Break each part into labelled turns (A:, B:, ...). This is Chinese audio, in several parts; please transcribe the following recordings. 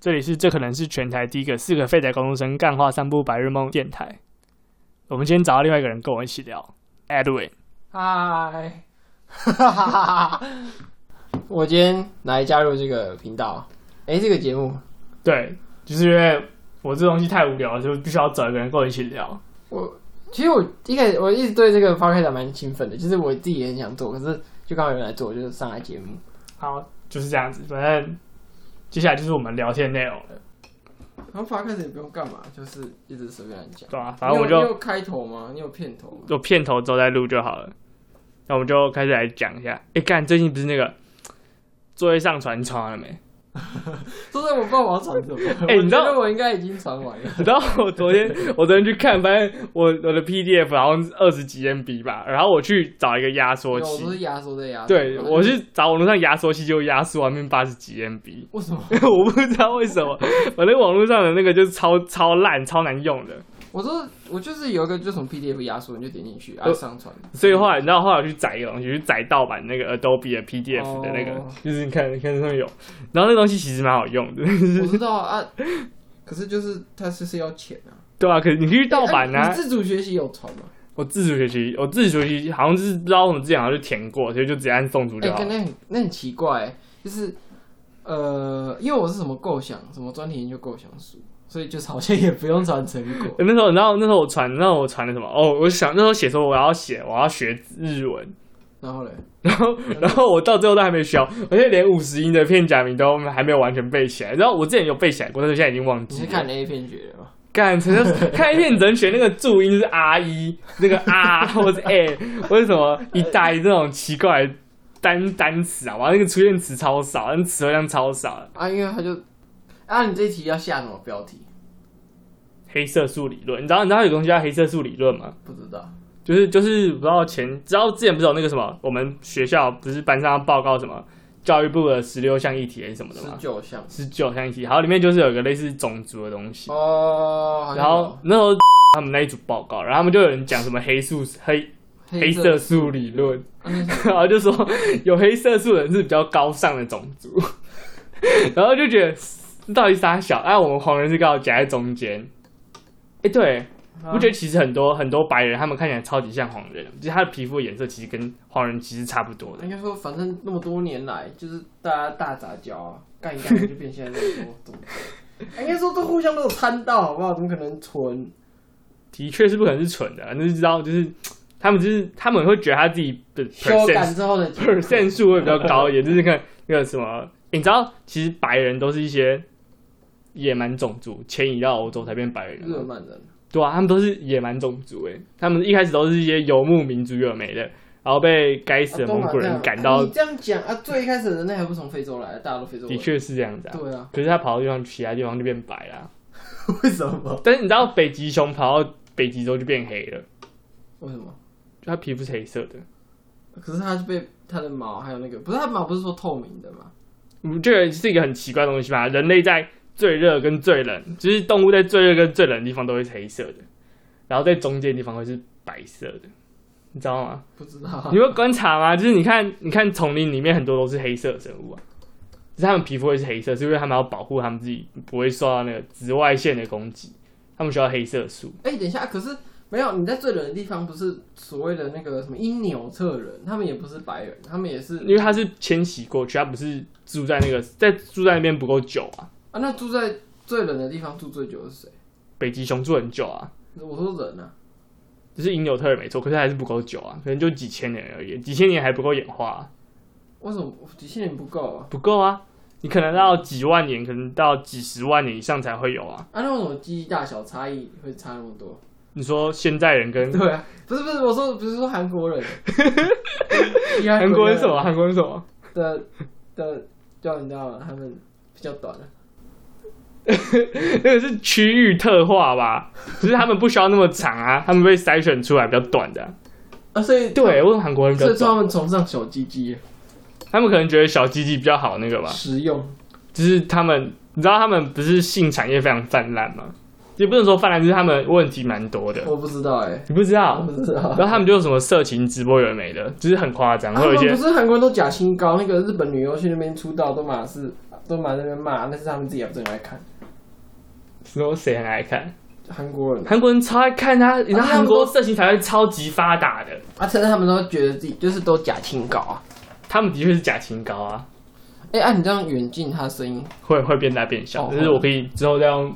A: 这里是这可能是全台第一个四个废宅高中生干话散步白日梦电台。我们今天找到另外一个人跟我一起聊，Edwin。
B: 嗨，哈哈哈哈！我今天来加入这个频道，哎、这个节目，
A: 对，就是因为我这东西太无聊了，就必须要找一个人跟我一起聊。
B: 我其实我一开始我一直对这个 podcast 还蛮兴奋的，就是我自己也很想做，可是就刚好有人来做，我就上来节目。
A: 好，就是这样子。反正接下来就是我们聊天内容了，
B: 然后 podcast 也不用干嘛，就是一直随便讲。
A: 对吧、反正我们
B: 你
A: 就
B: 有开头吗？你有片头吗？
A: 有片头之后再录就好了。那我们就开始来讲一下。哎、干，最近不是那个作业上传传完了没？
B: 说真的，我不知道我要 传什么。
A: 哎你知道
B: 我觉得我应该已经传 完了。
A: 然后我昨天我昨天去看，发现我我的 PDF 好像二十几 MB 吧，然后我去找一个压缩
B: 有
A: 器
B: 都，是压缩的压缩。
A: 对我是找网络上压缩器就压缩完变八十几 MB，
B: 为什么？
A: 我不知道为什么，反正网络上的那个就是超超烂、超难用的，
B: 我说我就是有一个就从 PDF 压缩，你就点进去，
A: 呃
B: 按上传。
A: 所以后来你知道后来我去载一个东西，去载盗版那个 Adobe 的 PDF 的那个，
B: 哦
A: 就是你看你看上面有，然后那东西其实蛮好用的，
B: 我知道啊，啊 可是就是它就是要钱啊，
A: 对啊，可是你可以去盗版
B: 啊
A: 啊
B: 你，自主学习有传吗？
A: 我自主学习，我自主学习好像就是不知道我们之前好像就填过，所以就直接按送出
B: 哎、
A: 就好了。
B: 那很那很奇怪、就是呃，因为我是什么构想，什么专题研究构想书，所以就是好像也不用传成果。
A: 那时候，然后那时候我传，那时候我传的什么？哦，我想那时候写说我要写，我要学日文，
B: 然后嘞，
A: 然后
B: 嗯
A: 然后我到最后都还没学好，而且连五十音的片假名都还没有完全背起来。然后我之前有背起来过，但是现在已经忘
B: 你
A: 记
B: 是
A: 了。
B: 看 A 片学的吗？
A: 干，只是看片只能学那个注音，就是 R 一那个 R 或者 A 或者什么一代这种奇怪的单单词啊，哇，那个出现词超少，那词汇量超少了。
B: 啊，因为他就啊，你这一题要下什么标题？
A: 黑色素理论，你知道你知道有东西叫黑色素理论吗？
B: 不知道。
A: 就是就是不知道前，知道之前不是有那个什么，我们学校不是班上要报告什么教育部的十六项议题还是什么的
B: 十
A: 吗？
B: 九项
A: 十九项议题，然后里面就是有一个类似种族的东西，
B: 哦，好像
A: 然后
B: 有
A: 那时候 他们那一组报告，然后他们就有人讲什么黑素黑黑色素理论，
B: 啊那 是
A: 然后就说有黑色素的人是比较高尚的种族， 然后就觉得到底啥小，哎、我们黄人是刚好夹在中间，哎、对，
B: 啊
A: 不觉得其实很多很多白人，他们看起来超级像黄人，就是他的皮肤颜色其实跟黄人其实差不多的。
B: 应该说，反正那么多年来，就是大家大杂交啊，干一干就变现在这么多。应该说，都互相都有掺到，好不好？怎么可能纯？
A: 的确是不可能是蠢的，那就知道就是他们就是他们会觉得他自己的
B: 修
A: percent
B: 改之后的
A: percent 数会比较高一点，就是看那个什么，你知道其实白人都是一些野蛮种族迁移到欧洲才变白人的
B: 日
A: 嘛
B: 耳曼人，
A: 对啊，他们都是野蛮种族诶，他们一开始都是一些游牧民族有美的，然后被该死的蒙古人赶
B: 啊
A: 到，
B: 你这样讲啊，最一开始人类还不是从非洲来的，大家都非洲
A: 的
B: 人。
A: 确是这样子啊。
B: 对啊，
A: 可是他跑到地方，其他地方就变白啊啦、
B: 为什么？
A: 但是你知道北极熊跑到北极洲就变黑了，
B: 为什么？
A: 就它皮肤是黑色的。
B: 可是它是被它的毛还有那个，不是它毛不是说透明的吗？
A: 嗯，这个是一个很奇怪的东西吧？人类在最热跟最冷，就是动物在最热跟最冷的地方都会是黑色的，然后在中间的地方会是白色的，你知道吗？
B: 不知道。啊
A: 你会观察吗？就是你看，你看丛林里面很多都是黑色的生物啊，就是它们皮肤会是黑色，是因为它们要保护它们自己不会受到那个紫外线的攻击，它们需要黑色素。
B: 哎、等一下，可是没有你在最冷的地方，不是所谓的那个什么因纽特人，他们也不是白人，他们也是
A: 因为它是迁徙过去，它不是住在那个在住在那边不够久啊。
B: 啊，那住在最冷的地方住最久的是谁？
A: 北极熊住很久啊，
B: 我说人啊，
A: 只是因纽特人没错，可是还是不够久啊，可能就几千年而已，几千年还不够演化啊、
B: 为什么几千年不够啊？
A: 不够啊。你可能到几万年，可能到几十万年以上才会有啊。
B: 啊，那为什么记忆大小差异会差那么多？
A: 你说现在人跟
B: 对啊，不是不是，我说不是说韩国人，啊其 他
A: 韩国人什么？韩国人什么？
B: 的的叫你知道吗？他们比较短啊，
A: 那个是区域特化吧，只是他们不需要那么长啊，他们被筛选出来比较短的啊、
B: 啊，所以
A: 对，为什么韩国人比
B: 所
A: 较
B: 以说
A: 短？
B: 他们崇尚小鸡鸡
A: 他们可能觉得小鸡鸡比较好那个吧。
B: 实用，
A: 就是他们，你知道他们不是性产业非常泛滥吗？也不能说泛滥，就是他们问题蛮多的，
B: 我不知道哎、
A: 你不知
B: 我
A: 道。
B: 不知道。
A: 然后他们就有什么色情直播有的没的，就是很夸张，
B: 啊
A: 会有一
B: 他们
A: 些
B: 不是韩国人都假清高，那个日本女优去那边出道都嘛是都满那边骂，但是他们自己也不是很爱看。
A: 说谁很爱看？
B: 韩国人
A: 韩国人超爱看他，你知道
B: 啊
A: 韩国色情产业超级发达的，
B: 啊，甚至他们都觉得自己就是都假清高啊。
A: 他们的确是假清高啊，
B: 哎、按、你这样远近他的声音，
A: 会会变大变小。
B: 哦
A: 就是我可以之后再用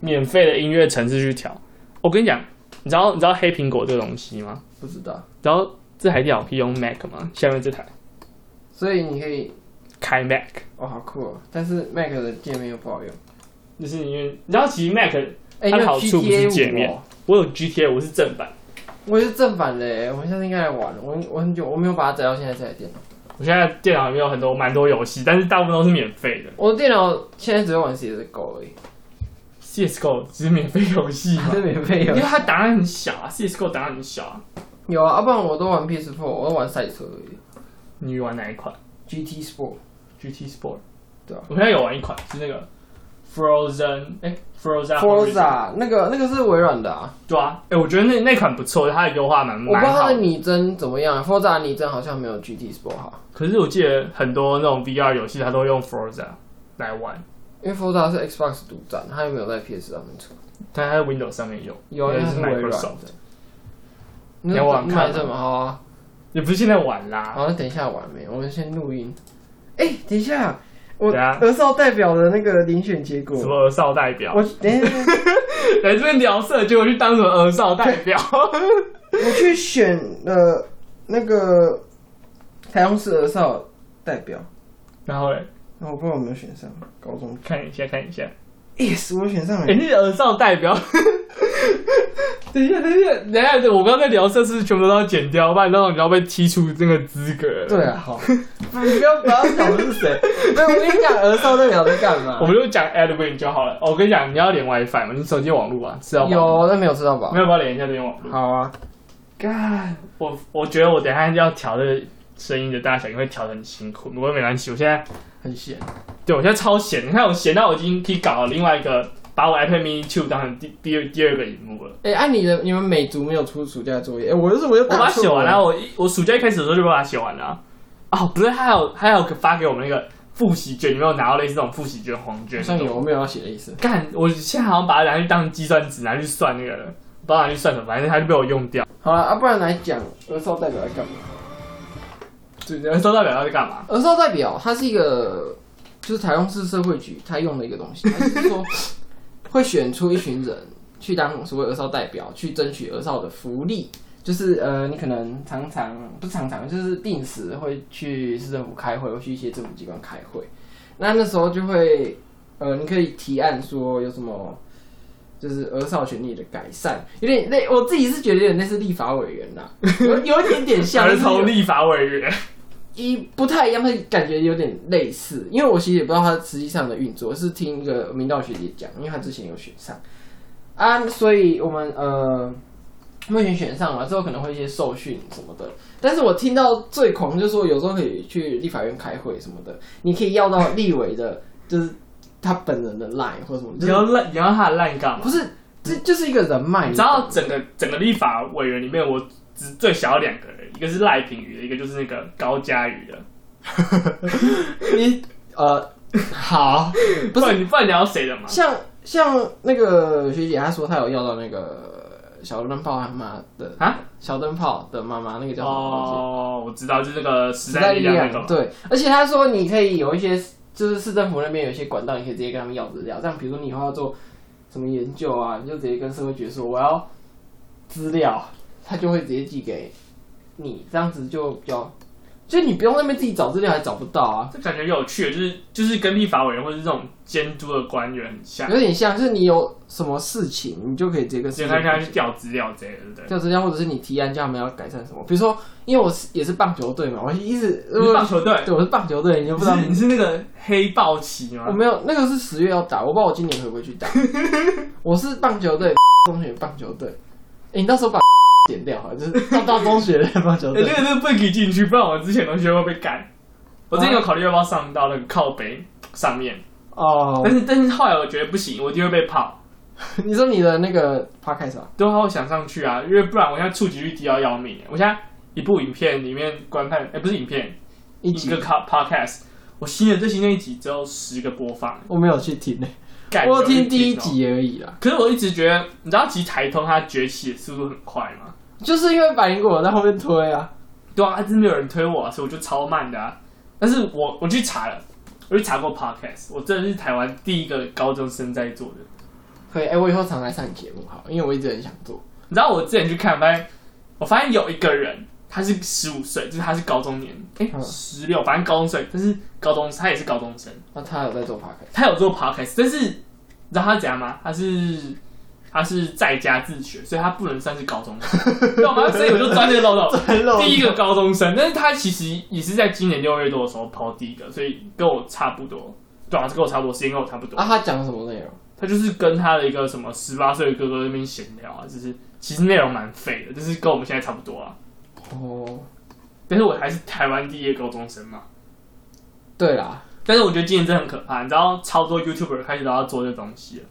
A: 免费的音乐程式去调。我跟你讲，你知道你知道黑苹果这个东西吗？
B: 不知道，
A: 然后这台电脑可以用 Mac 吗？下面这台
B: 所以你可以
A: 开 Mac，
B: 哦，好酷哦！但是 Mac 的界面又不好用。
A: 就是因为你知道其实 Mac
B: 哎、
A: 它
B: 你
A: 的
B: 有
A: 好处不是
B: GTA
A: 界面
B: 五哦
A: 我有 GTA，我是正版，
B: 我是正版的耶，我们下次应该来玩。我我很久我没有把它载到现在这台电脑，
A: 我现在电脑里面有很多蛮多游戏，但是大部分都是免费的。
B: 我的电脑现在只会玩 CS:GO 而已，
A: CS:GO 只是免费游戏嘛
B: 还，是免费
A: 因
B: 有
A: 为它档案很小啊，CS:GO 档案很小啊。
B: 有啊，要、不然我都玩 PS4，我都玩赛车而已
A: 你玩哪一款
B: ，GT Sport。
A: ？GT Sport。
B: 对啊
A: 我现在有玩一款是那个 Frozen，哎、f r o z e n
B: Forza 那个那个是微软的啊，
A: 对啊，哎、我觉得那那款不错，它的优化蛮
B: 我不
A: 蛮
B: 知道它
A: 好
B: 的
A: 的。
B: 拟真怎么样，Forza 啊的拟真好像没有 GT Sport 好，
A: 可是我记得很多那种 VR 游戏，它都用 Forza 来玩，
B: 因为 Forza 是 Xbox 独占，它又没有在 PS 上面出，
A: 但它在 Windows 上面有，
B: 有
A: 因
B: 因
A: 为
B: 为
A: 是
B: 是微软
A: Microsoft
B: 的。你
A: 要玩
B: 你
A: 看
B: 买
A: 吗
B: 什么？好啊。
A: 也不是现在玩啦。
B: 好，啊那等一下玩没？我们先录音。哎、等一下，我
A: 对啊
B: 儿少代表的那个遴选结果，
A: 什么儿少代表？
B: 我等一下
A: 来这边聊色，结果去当什么儿少代 表？
B: 我去选了那个台中市儿少代表，
A: 然后嘞，
B: 那我不知道有没有选上高中。
A: 看一下看一下，
B: yes，我选上
A: 哎、
B: 了。
A: 那儿少代表。 等一下，等一下，等一下，我刚才聊色是全部都要剪掉，不然那种你要被踢出那个资格了。
B: 对啊，好， 你不要不要想我是谁。 没有，我跟你讲，儿少代表在干嘛
A: 我？们就讲 Edwin 就好了。哦我跟你讲，你要连 WiFi 吗？你手机有网络啊？是要网络
B: 有，但没有吃到饱
A: 没。有办法连一下这边网络。
B: 好啊，干，
A: 我我觉得我等一下要调这个声音的大小，因为调的很辛苦。不过没关系，我现在
B: 很闲。
A: 对我现在超闲，你看我闲到我已经可以搞另外一个，把我 iPad Mini 2当成第第二第二个荧幕了。
B: 哎、按、你的你们美族没有出暑假作业？哎、我就是我又
A: 我把它
B: 打错
A: 写完
B: 了
A: 了，我一我暑假一开始的时候就把它写完了啊。哦，不是，还有还有发给我们那个复习卷，你有没有拿到类似这种复习卷、黄卷
B: 好
A: 那
B: 像
A: 种？
B: 有，我没有要写的意思。
A: 干，我现在好像把它拿去当计算纸，拿去算那个了，不知道拿去算什么，反正它就被我用掉。
B: 好了，啊，不然来讲儿少代表在干嘛？
A: 对，然后收到表要在干嘛？
B: 儿少代表它是一个，就是台中市社会局它用的一个东西，它是说会选出一群人去当所谓儿少代表，去争取儿少的福利。就是呃，你可能常常不是常常，就是定时会去市政府开会，会去一些政府机关开会。那那时候就会呃，你可以提案说有什么。就是儿少权利的改善，有点类，我自己是觉得有点类似立法委员啦，有有一点点像
A: 儿
B: 就是有
A: 童立法委 员，
B: 一不太一样，但是感觉有点类似，因为我其实也不知道他实际上的运作，是听一个明道学姐讲，因为他之前有选上啊，所以我们呃目前选上了之后，可能会一些受训什么的。但是我听到最狂就是说，有时候可以去立法院开会什么的，你可以要到立委的，就是他本人的 line 或者什么，
A: 你
B: 就是
A: 要烂，你要他的烂干嘛？
B: 不是这就是一个人脉，
A: 你
B: 你
A: 知道
B: 懂吗
A: 整个整个立法委员里面，我只最想要两个人，一个是赖品妤的，一个就是那个高嘉瑜的。
B: 你呃 好，
A: 不是你，不然你要谁的嘛？
B: 像像那个学姐，她说她有要到那个小灯泡他妈的
A: 啊，
B: 小灯泡的妈妈，那个叫什么东西？
A: 哦，我知道，就是那个时
B: 时
A: 代
B: 代
A: 力
B: 力
A: 量那个
B: 量
A: 嘛。
B: 对，而且她说你可以有一些，就是市政府那边有一些管道，你可以直接跟他们要资料。这样，比如说你以后要做什么研究啊，你就直接跟社会局说我要资料，他就会直接寄给你，这样子就比较，就你不用那边自己找资料，还找不到啊。
A: 这感觉有趣，就是就是跟立法委员或是这种监督的官员很像，
B: 有点像是你有什么事情，你就可以直接跟
A: 啊直
B: 市
A: 接
B: 政
A: 看
B: 府
A: 下去调资料之类的，对不对？
B: 就这样，或者是你提案叫他们要改善什么？比如说，因为我是也是棒球队嘛，我一直
A: 你是棒球队，
B: 呃对我是棒球队，你就
A: 你
B: 不知道
A: 是你是那个黑豹旗
B: 我
A: 吗？
B: 没有那个是十月要打，我不知道我今年会不会去打。 我是棒球队，中学棒球队，诶你到时候把 剪掉好了，就是 到到中学的棒球
A: 哎，这
B: 队
A: 个。真的不可以进去，不然我之前同学会被干。我之前有考虑要不要上到那个靠北上面，
B: 哦
A: 但，是但是后来我觉得不行，我一定会被泡。
B: 你说你的那个 p 开 d
A: 对啊，我想上去啊，因为不然我现在触及率低到要命。我现在一部影片里面观看，哎、不是影片，
B: 一
A: 一
B: 集
A: 个 co- podcast，我新的最新那一集只有十个播放，
B: 我没有去听诶、
A: 干
B: 我听
A: 有
B: 第一。
A: 人哦
B: 集而已啦。
A: 可是我一直觉得，你知道其实台通它崛起的速度很快吗？
B: 就是因为百灵果在后面推啊，
A: 对啊，是没有人推我、啊，所以我就超慢的、啊。但是我我去查了，我去查过 podcast，我真的是台湾第一个高中生在做的。
B: 可以哎、我以后常来上你节目好，因为我一直很想做。
A: 你知道我之前去看，发现我发现有一个人，他是十五岁，就是他是高中年，哎、
B: 嗯
A: 十六，反正高中生，但是高中他也是高中生，
B: 那、他有在做 p o d
A: 他有做 podcast，但是你知道他是怎样吗？他是他是在家自学，所以他不能算是高中生，要不然所以我就钻这个漏洞。第一个高中生，但是他其实也是在今年六月多的时候抛第一个，所以跟我差不多，对啊，跟我差不多，时间跟我差不多。
B: 啊，他讲什么内容？
A: 他就是跟他的一个什么十八岁的哥哥在那边闲聊啊，就是其实内容蛮废的，就是跟我们现在差不多啊。
B: 哦，
A: 但是我还是台湾第一个高中生嘛。
B: 对啦，
A: 但是我觉得今年真的很可怕，你知道，超多 YouTuber 开始都要做这东西了。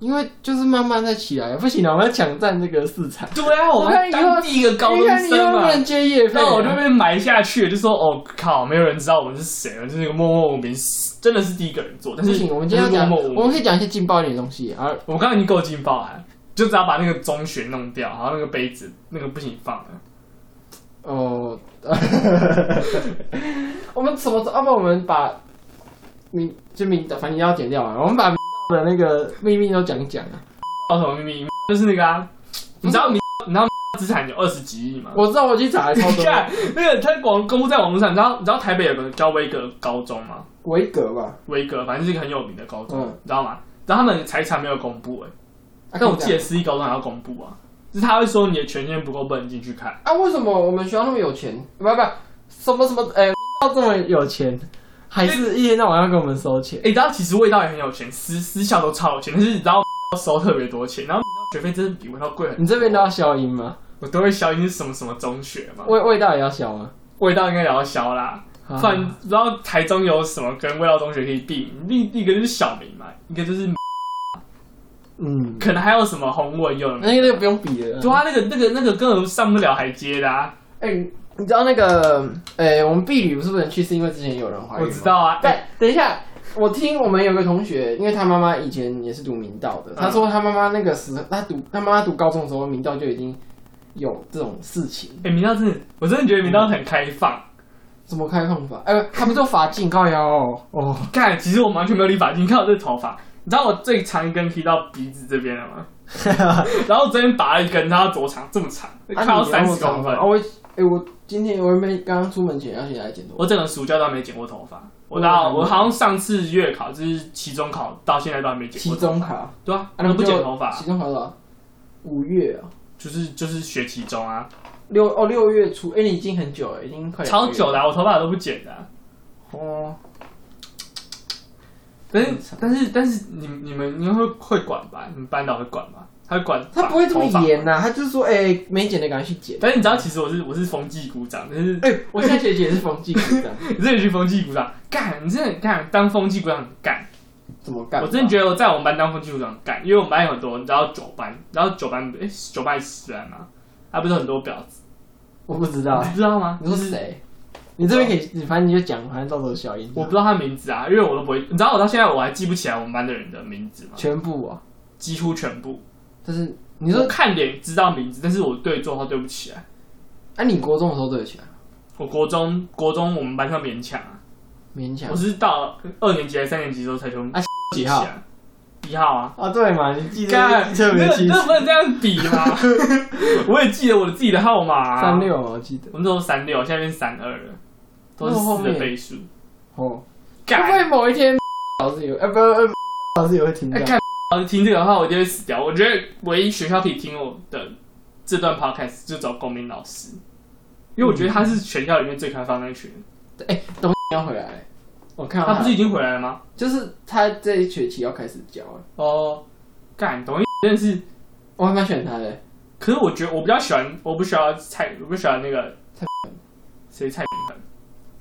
B: 因为就是慢慢在起来，不行了，啊我们要抢占这个市场。
A: 对啊，我
B: 看
A: 们
B: 以后
A: 当第一个高中
B: 你看你
A: 生
B: 又
A: 嘛
B: 不。能接业费、
A: 那
B: 啊，
A: 我就被埋下去了，就说哦靠，没有人知道我是谁了，就是那个默默无名，真的是第一个人做，但
B: 不
A: 是
B: 行，我们今天要
A: 就是
B: 讲，
A: 默默无名
B: 我们可以讲一些劲爆一点的东西啊。
A: 我刚刚已经够劲爆了，就只要把那个中学弄掉，然后那个杯子那个不行放了。
B: 哦， 我们什么？要、不然我们把明就明，反正要剪掉啊。我们把明的那个秘密都讲一讲啊。
A: 哦，什么秘密？就是那个 啊，你知道你你知道资产有二十几亿吗？
B: 我知道，我去查了超
A: 你
B: 多
A: 看那个他广公布在网络上，你知道你知道台北有个叫威格高中吗？
B: 维格吧，
A: 威格反正是一个很有名的高中，
B: 嗯
A: 你知道吗？然后他们财产没有公布哎、
B: 啊
A: 但我记
B: 可以
A: 得私立高中还要公布啊，就是他会说你的权限不够，不能进去看。
B: 这样啊，为什么我们学校那么有钱？不不，什么什么？哎、到 这么有钱，还是一天到晚要给我们收钱
A: 哎、？你知道其实味道也很有钱，私私校都超有钱，但是你知道 收特别多钱，然后学费真的比味道贵很多。
B: 你这边都要消音吗？
A: 我都会消音是什么什么中学嘛，
B: 味味道也要消吗？
A: 味道应该也要消啦。
B: 啊
A: 不然不知道台中有什么跟味道中学可以避名，一一个就是小明嘛，一个就是
B: 嗯，
A: 可能还有什么洪文有的，
B: 那个就不用比了。
A: 对啊，那个那个那个根本上不了台阶的啊，
B: 哎、你知道那个，哎、我们婢女不是不能去，是因为之前有人怀孕。
A: 我知。道啊，
B: 哎但等一下，我听我们有个同学，因为他妈妈以前也是读明道的，他说他妈妈那个时，他读他妈妈读高中的时候，明道就已经有这种事情，
A: 哎、明道真的，我真的觉得明道很开放。
B: 怎么开放法？哎、他们做法 禁高腰哦，哦，
A: 看，其实我完全没有理发，你看我这头发，你知道我最长一根剃到鼻子这边了吗？然后我这边拔了一根，它多长？这么长，看到哎三十公分
B: 啊。我，哎、我今天我原本刚刚出门前要先来剪头发，
A: 我整个暑假都还没剪过头发。我到我好像上次月考，就是期中考，到现在都还没剪
B: 期
A: 过。
B: 中考，
A: 对啊，
B: 啊
A: 我不
B: 就
A: 剪头发，
B: 期中考多少？五月啊、
A: 就是就是学期中啊，
B: 六哦六月初，哎、你已经很久了，已经快两个
A: 超
B: 月
A: 久的啊、我头发都不剪的啊、
B: 哦，
A: 但是但是但是你你们你们会会管吧？你们班导会管吧？他会管吧，
B: 他不会这么
A: 头发。
B: 严呐、他就是说，哎、没剪的赶快去剪。
A: 但是你知道，其实我是我是风纪股长，但是
B: 哎、我现在学姐也是风纪股长，
A: 你真的去风纪股长干，你真的干当风纪股长很干。
B: 怎么干？啊
A: 我真的觉得我在我们班当风纪股长很干，因为我们班有很多，你知道九班，然后九班哎九班还是十班嘛，他不是很多婊子，
B: 我不知道
A: 你。知道吗？
B: 你说
A: 就是
B: 谁？你这边可以，你反正你就讲，反正到时候小音。
A: 我不知道他名字啊，因为我都不会。你知道我到现在我还记不起来我们班的人的名字吗？
B: 全部啊，
A: 几乎全部。
B: 但是你
A: 你说
B: 说，
A: 看脸知道名字，但是我对做话对不起来。
B: 哎、你国中的时候对得起来，
A: 我国中国中我们班上勉强啊，
B: 勉强
A: 我。是到二年级还是三年级的时候才全部
B: 啊
A: 记
B: 几
A: 起
B: 号
A: 来。一号啊，
B: 啊，对嘛，你记
A: 干，
B: 得特
A: 那
B: 别
A: 个
B: 清楚
A: 那。不能这样比嘛。 我也记得我的自己的号码啊，
B: 三六嘛，我记得。
A: 我那时候三六，现在变三二了，都是
B: 那我后
A: 四
B: 面
A: 的倍数。
B: 哦，会不
A: 干，
B: 会某一天 老师有？哎、不， 呃老师也会听到
A: 哎，。看，老师听这个的话，我就会死掉。我觉得唯一学校可以听我的这段 podcast 就找公民老师，因为我觉得他是全校里面最开放的那一群人。
B: 董哎要回来了，我看到
A: 他不是已经回来了吗？
B: 就是他这一学期要开始教了，
A: 哦，干，董一真的是，
B: 我还蛮喜欢他的。
A: 可是我觉得我比较喜欢，我不喜欢蔡，我不喜欢那个
B: 蔡
A: 谁蔡明恒，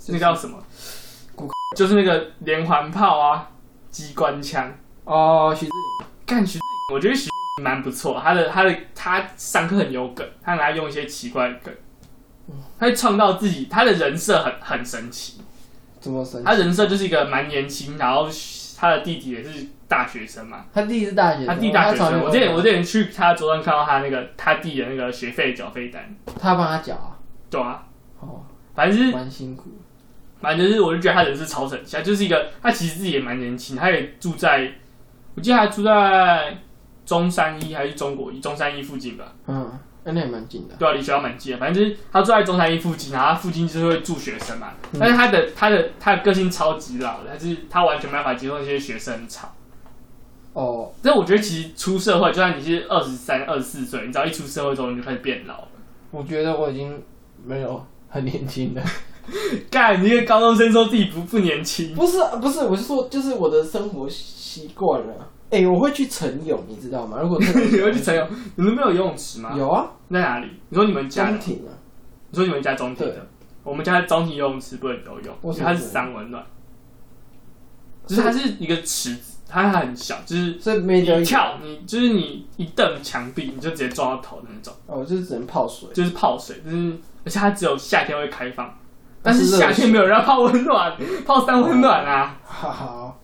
A: 那个叫什么？就是那个连环炮啊，机关枪。
B: 哦，徐志
A: 干徐志我觉得徐志明蛮不错，他的他的他上课很有梗，他拿来嗯用一些奇怪的梗，他会创造自己他的人设很很神奇。
B: 怎么神？
A: 他人设就是一个蛮年轻，然后他的弟弟也是大学生嘛，
B: 他弟是大学生，
A: 哦
B: 哦
A: 他弟大学
B: 他从
A: 生。我之前我之前去他桌上看到他那个他弟的那个学费缴费单，
B: 他帮他缴啊，
A: 对啊，
B: 哦，
A: 反正就是
B: 蛮辛苦。
A: 反正就是我就觉得他人是超神奇，他就是一个他其实自己也蛮年轻，他也住在，我记得他住在中山一还是中国一中山一附近吧，
B: 嗯，那那也蛮近的。
A: 对啊，离学校蛮近的。反正就是他住在中山一附近，然后他附近就是会住学生嘛。
B: 嗯
A: 但是他的他的他的个性超级老的，他就是他完全没办法接受那些学生吵。
B: 哦，
A: 但我觉得其实出社会，就算你是二十三、二十四岁，你只要一出社会之后，你就开始变老了。
B: 我觉得我已经没有很年 轻了。
A: 干，你一个高中生说自己不不年轻，
B: 不是不是，我是说，就是我的生活习惯了。哎、我会去晨泳，你知道吗？如果真的
A: 你会去游？你们没有游泳池吗？
B: 有啊，
A: 在哪里？你说你们家的
B: 中庭啊，
A: 你说你们家中庭
B: 对
A: 的，我们家中庭游泳池不能游泳，因
B: 为
A: 为
B: 什么
A: 它是三温暖，就是它是一个池子，它很小，就是
B: 所以没得
A: 你跳，你就是你一蹬墙壁，你就直接撞到头的那种，
B: 哦，就是只能泡水。
A: 就是泡水，就是而且它只有夏天会开放，但
B: 是
A: 是
B: 热水哦
A: 夏天没有人要泡温暖，泡三温暖啊，
B: 好好，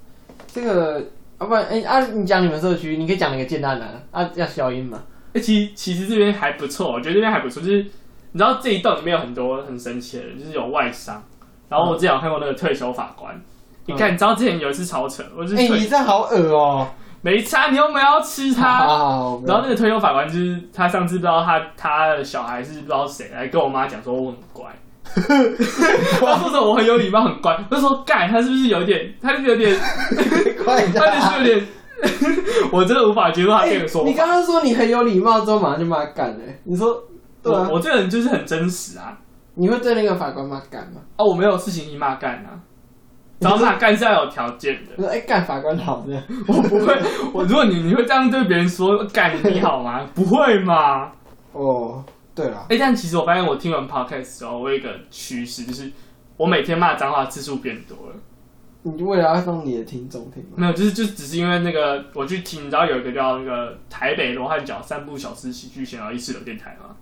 B: 这个啊不然，哎、啊，你讲你们社区，你可以讲那个建大南啊，要消音嘛。
A: 欸、其实其实这边还不错，我觉得这边还不错，就是你知道这一栋里面有很多很神奇的人，就是有外伤。然后我之前有看过那个退休法官，你看，你知道之前有一次超扯，我就是
B: 哎、
A: 退
B: 你这样好恶哦、
A: 没差，你又没有要吃
B: 好
A: 它。
B: 好好，
A: 然后那个退休法官就是他上次不知道他他的小孩是不知道谁来跟我妈讲说我很乖，他说的我很有礼貌很乖，我就说干他是不是有点他就是有点
B: 快点
A: 他就是有点， 我真的无法接受他这个说
B: 哎你
A: 法。
B: 刚刚说你很有礼貌，之后马上就骂干了。你说对啊
A: 我，我这个人就是很真实啊，
B: 你会对那个法官骂干吗？
A: 哦我没有事情一骂干啊，然后骂干是要有条件 的，
B: 你说哎，干、法官好的，
A: 我不会，我如果你你会这样对别人说干你好吗？不会嘛。
B: 哦，对了，
A: 哎、但其实我发现我听完 podcast 之后，我有一个趋势，就是我每天骂脏话次数变多了。
B: 你为了要让你的听众听吗？
A: 没有，就是就只是因为那个我去听，你知道有一个叫那个台北罗汉脚三部小时喜剧闲聊一四流电台吗？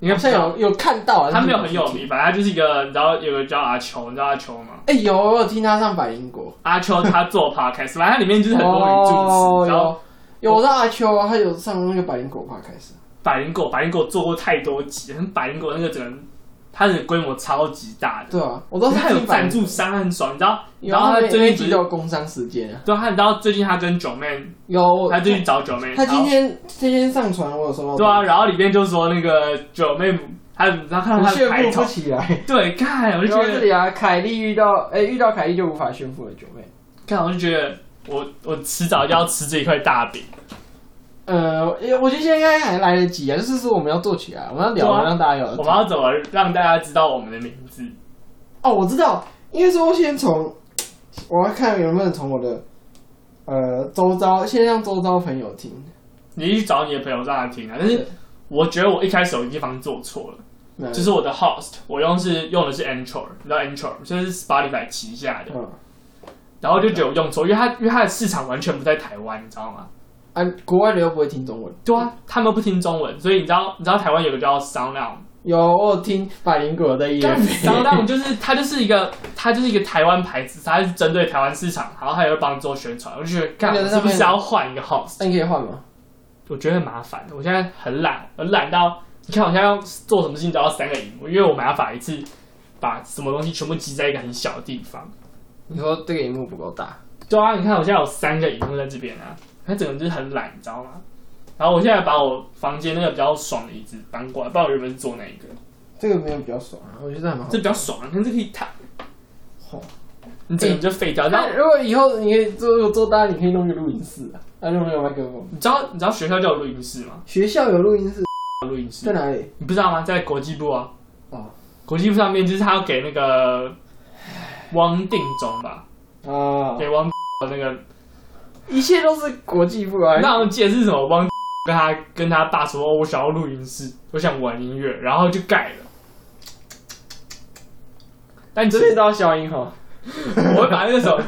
A: 你
B: 好
A: 看
B: 像，有有看到啊，
A: 他没有很有
B: 名。
A: 名，反正他就是一个，你知道有个叫阿秋，你知道阿秋吗？
B: 哎、有我有听他上百灵果，
A: 阿秋他做 podcast，反正他里面就是很多语助词，然后
B: 哦有哦有我知道阿秋啊，他有上那个百灵果 p 开始。
A: 百灵果，百灵果做过太多集，很百灵果那个整个它的规模超级大的，
B: 对啊，我都是
A: 他有
B: 听百
A: 赞
B: 灵果，
A: 助商，很爽，你知道？
B: 有
A: 然后
B: 他
A: 他
B: 们
A: 最
B: 那
A: 近不
B: 一集
A: 是
B: 都有工商时间啊，
A: 对，他你知道最近他跟九妹，
B: 有
A: 他就去找九妹，
B: 哦他今
A: 然后
B: 天今天上传，我有收到。
A: 对啊，，然后里面就说那个九妹，他你知道看到
B: 我
A: 他的
B: 炫
A: 抬
B: 富
A: 头
B: 不，起来。
A: 对，看我就
B: 然后
A: 觉
B: 这
A: 得，
B: 里啊，凯莉遇到哎、遇到凯莉就无法炫富了，九妹。
A: 看我就觉得我我迟早就要吃这一块大饼，
B: 呃，诶我觉得现在应该还来得及啊，就是说我们要做起来，我们要
A: 对
B: 聊，
A: 啊
B: 我们让大家有
A: 我们要怎么让大家知道我们的名字？
B: 哦，我知道，应该说先从我要看有没有从我的呃周遭，先让周遭朋友听。
A: 你去找你的朋友让他听啊，但是
B: 对嗯
A: 我觉得我一开始有地方做错了，
B: 那
A: 就是我的 host，我用是用的是 Anchor，你知道 Anchor 就是 Spotify 旗下的，
B: 嗯
A: 然后就觉得我用错，因为它因为它的市场完全不在台湾，你知道吗？
B: 啊，国外的又不会听中文。
A: 对啊，他们不听中文，所以你知道，你知道台湾有个叫 Sound On，
B: 有我有听百灵果的也
A: 但 Sound On 就是它就是一个它就是一个台湾牌子，它是针对台湾市场，然后它也会帮你做宣传。我就觉得，干，
B: 那个哎
A: 我
B: 在
A: 是不是
B: 上面
A: 要换一个 host？
B: 那你可以换吗？
A: 我觉得很麻烦，我现在很懒，很懒到你看我现在要做什么事情都要三个荧幕，因为我没办法一次把什么东西全部集在一个很小的地方。
B: 你说这个荧幕不够大，
A: 对啊，你看我现在有三个荧幕在这边啊，它整个就是很懒，你知道吗？然后我现在把我房间那个比较爽的椅子搬过来，不然我原本是坐那一个。
B: 这个没有比较爽啊，我觉得还蛮好
A: 这。比较爽，可是这可以躺，
B: 哦
A: 你这个你就废掉。然后
B: 那如果以后你可以做做大，你可以弄个录音室啊，那就没有麦克风。
A: 你知道你知道学校就有录音室吗？
B: 学校有录音室
A: 录音室，
B: 在哪里？
A: 你不知道吗？在国际部啊，
B: 哦，
A: 国际部上面就是他要给那个汪定中吧，
B: 啊，
A: 给汪的那个，
B: 一切都是国际部啊。
A: 那我记得是什么汪跟他跟他爸说，哦我想要录音室，我想玩音乐，然后就盖了。但
B: 这
A: 真
B: 边
A: 的，
B: 都要消音哈。
A: 我会把那个手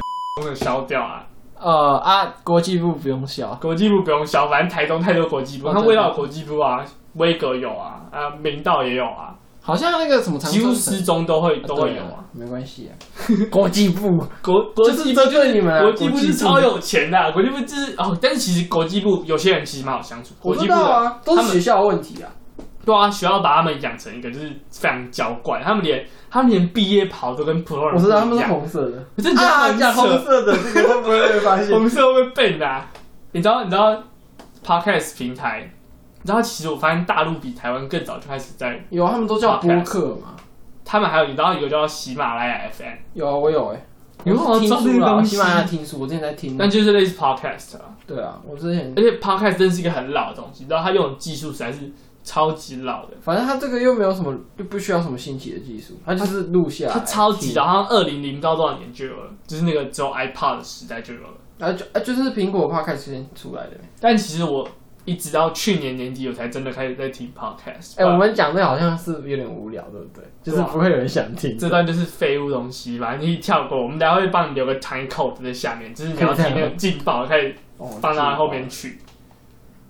A: 的 消掉啊。
B: 呃啊，国际部不用消。
A: 国际部不用消，反正台中太多国际部，
B: 哦
A: 它
B: 对
A: 味道有国际部啊，威格有啊，啊明道也有啊，
B: 好像那个什么长
A: 几乎
B: 春
A: 失
B: 藤
A: 踪都会
B: 啊
A: 都会
B: 对
A: 有
B: 啊
A: 啊。
B: 没关系啊。 国际 部
A: 国国际部
B: 就是针对你们啊
A: 国际部
B: 国际
A: 是
B: 部
A: 超有钱的啊、国际部就是哦，但是其实国际部有些人其实蛮好相处，国
B: 我
A: 际
B: 知
A: 部
B: 道
A: 的
B: 啊，都是学校的问题啊。
A: 对啊，学校把他们养成一个就是非常娇惯，他们连他们连毕业袍都跟普通人
B: 我知道他
A: 不
B: 们
A: 一
B: 是
A: 样，
B: 红色的
A: 我真的觉得他
B: 啊，
A: 们
B: 讲
A: 很
B: 红
A: 扯
B: 色的这个会不会被发现？
A: 红色会被笨的、啊。你知道你知道 podcast 平台，你知道其实我发现大陆比台湾更早就开始在，
B: 有啊，他们都叫播客嘛。
A: 他们还有你知道有个叫喜马拉雅 FM，
B: 有啊，我有哎、
A: 你为什么要
B: 我是听
A: 装这
B: 书
A: 个
B: 啦，
A: 东
B: 我
A: 西
B: 喜马拉雅听书，我之前在听。
A: 但就是类似 podcast 啊。
B: 对啊，我之前
A: 而且 podcast 真是一个很老的东西，你知道它用的技术实在是超级老的，
B: 反正他这个又没有什么，又不需要什么新奇的技术，他就是录下来
A: 它超级
B: 听
A: 老，好像二零零到多少年就有了，就是那个只有 iPod 的时代就有了。
B: 啊就啊就是苹果 Podcast 先出来的。
A: 但其实我一直到去年年底，我才真的开始在听 podcast。
B: 哎、
A: 不然
B: 我们讲这好像是有点无聊，对不对？啊就是不会有人想听。
A: 这段就是废物东西吧，你跳过，我们等一下会帮你留个 time code 在下面，就是你要听那个劲爆，可以
B: 哦
A: 放到后面去。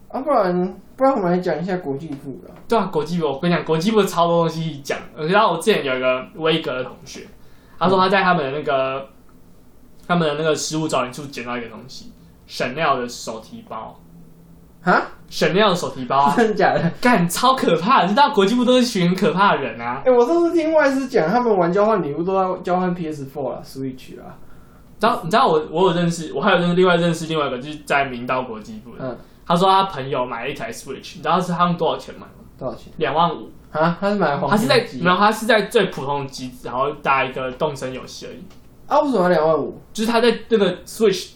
B: 啊，不然不然我们来讲一下国际部啦。
A: 对啊，国际部我跟你讲，国际部超多东西讲。然后我之前有一个威格的同学，他说他在他们的那个、他们的那个食物找人处捡到一个东西，Chanel 的手提包
B: 啊，
A: ，Chanel 的手提包、啊，
B: 真的假的？
A: 干超可怕的，知道国际部都是一群很可怕的人啊。
B: 哎、我上次听外师讲，他们玩交换礼物都在交换 PS4 啦、Switch 啊啦。
A: 然后你知道我我有认识，我还有认识另外认识另外一个，就是在明道国际部的，
B: 嗯，
A: 他说他朋友买了一台 Switch，你知道是他们多少钱吗？
B: 多少钱？
A: 两万五，
B: 啊，他是买黄
A: 他是在
B: 金
A: 没有，他是在最普通的机子，然后搭一个动身游戏而已。
B: 啊？为什么要两万五？
A: 就是他在那个 Switch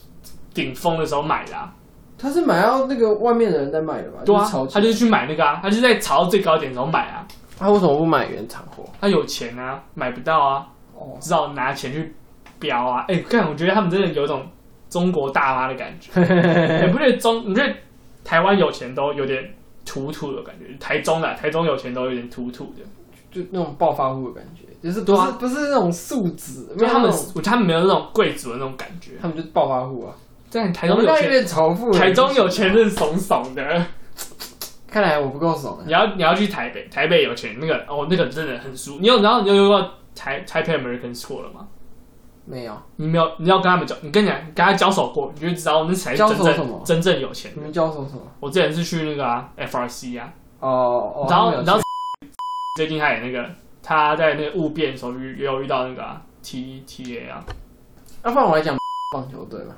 A: 顶峰的时候买的、啊，
B: 他是买到那个外面的人在卖的吧？
A: 对
B: 就
A: 啊
B: 是炒，起
A: 他
B: 来
A: 就是去买那个啊，他就在炒到最高点的时候买啊，
B: 他为什么不买原厂货？
A: 他有钱啊，买不到啊，
B: 哦，
A: 只好拿钱去标啊。哎、干，我觉得他们真的有一种中国大妈的感 觉，哎你不觉得中？你觉得台湾有钱都有点土土的感觉，台中啊，台中有钱都有点土土的，
B: 就那种暴发户的感觉，就是不
A: 对
B: 是、
A: 啊
B: 不是那种素质，
A: 因为他们
B: 那种，
A: 我觉得他们没有那种贵族的那种感觉，
B: 他们就是暴发户啊。
A: 但台
B: 我
A: 中
B: 们
A: 有
B: 那
A: 钱。
B: 边仇富人，
A: 台中有钱人怂怂的，
B: 看来我不够爽啊。
A: 你要你要去台北，台北有钱那个哦，那个真的很舒服。你有然后你就用到台台北 American School 了吗？
B: 没有，
A: 你没有，你要跟他们交，你跟你讲跟他交手过，你就知道那才是
B: 交
A: 哎真
B: 手什么嗯
A: 正真正有钱
B: 你
A: 人。
B: 们教授什么？
A: 我之前是去那个啊 FRC 啊，
B: 哦哦，
A: 然后
B: 他们有
A: 然后最近还有那个他在那个物辩的时候遇也有遇到那个、啊、T T A 啊，
B: 要不然我来讲 棒球队吧。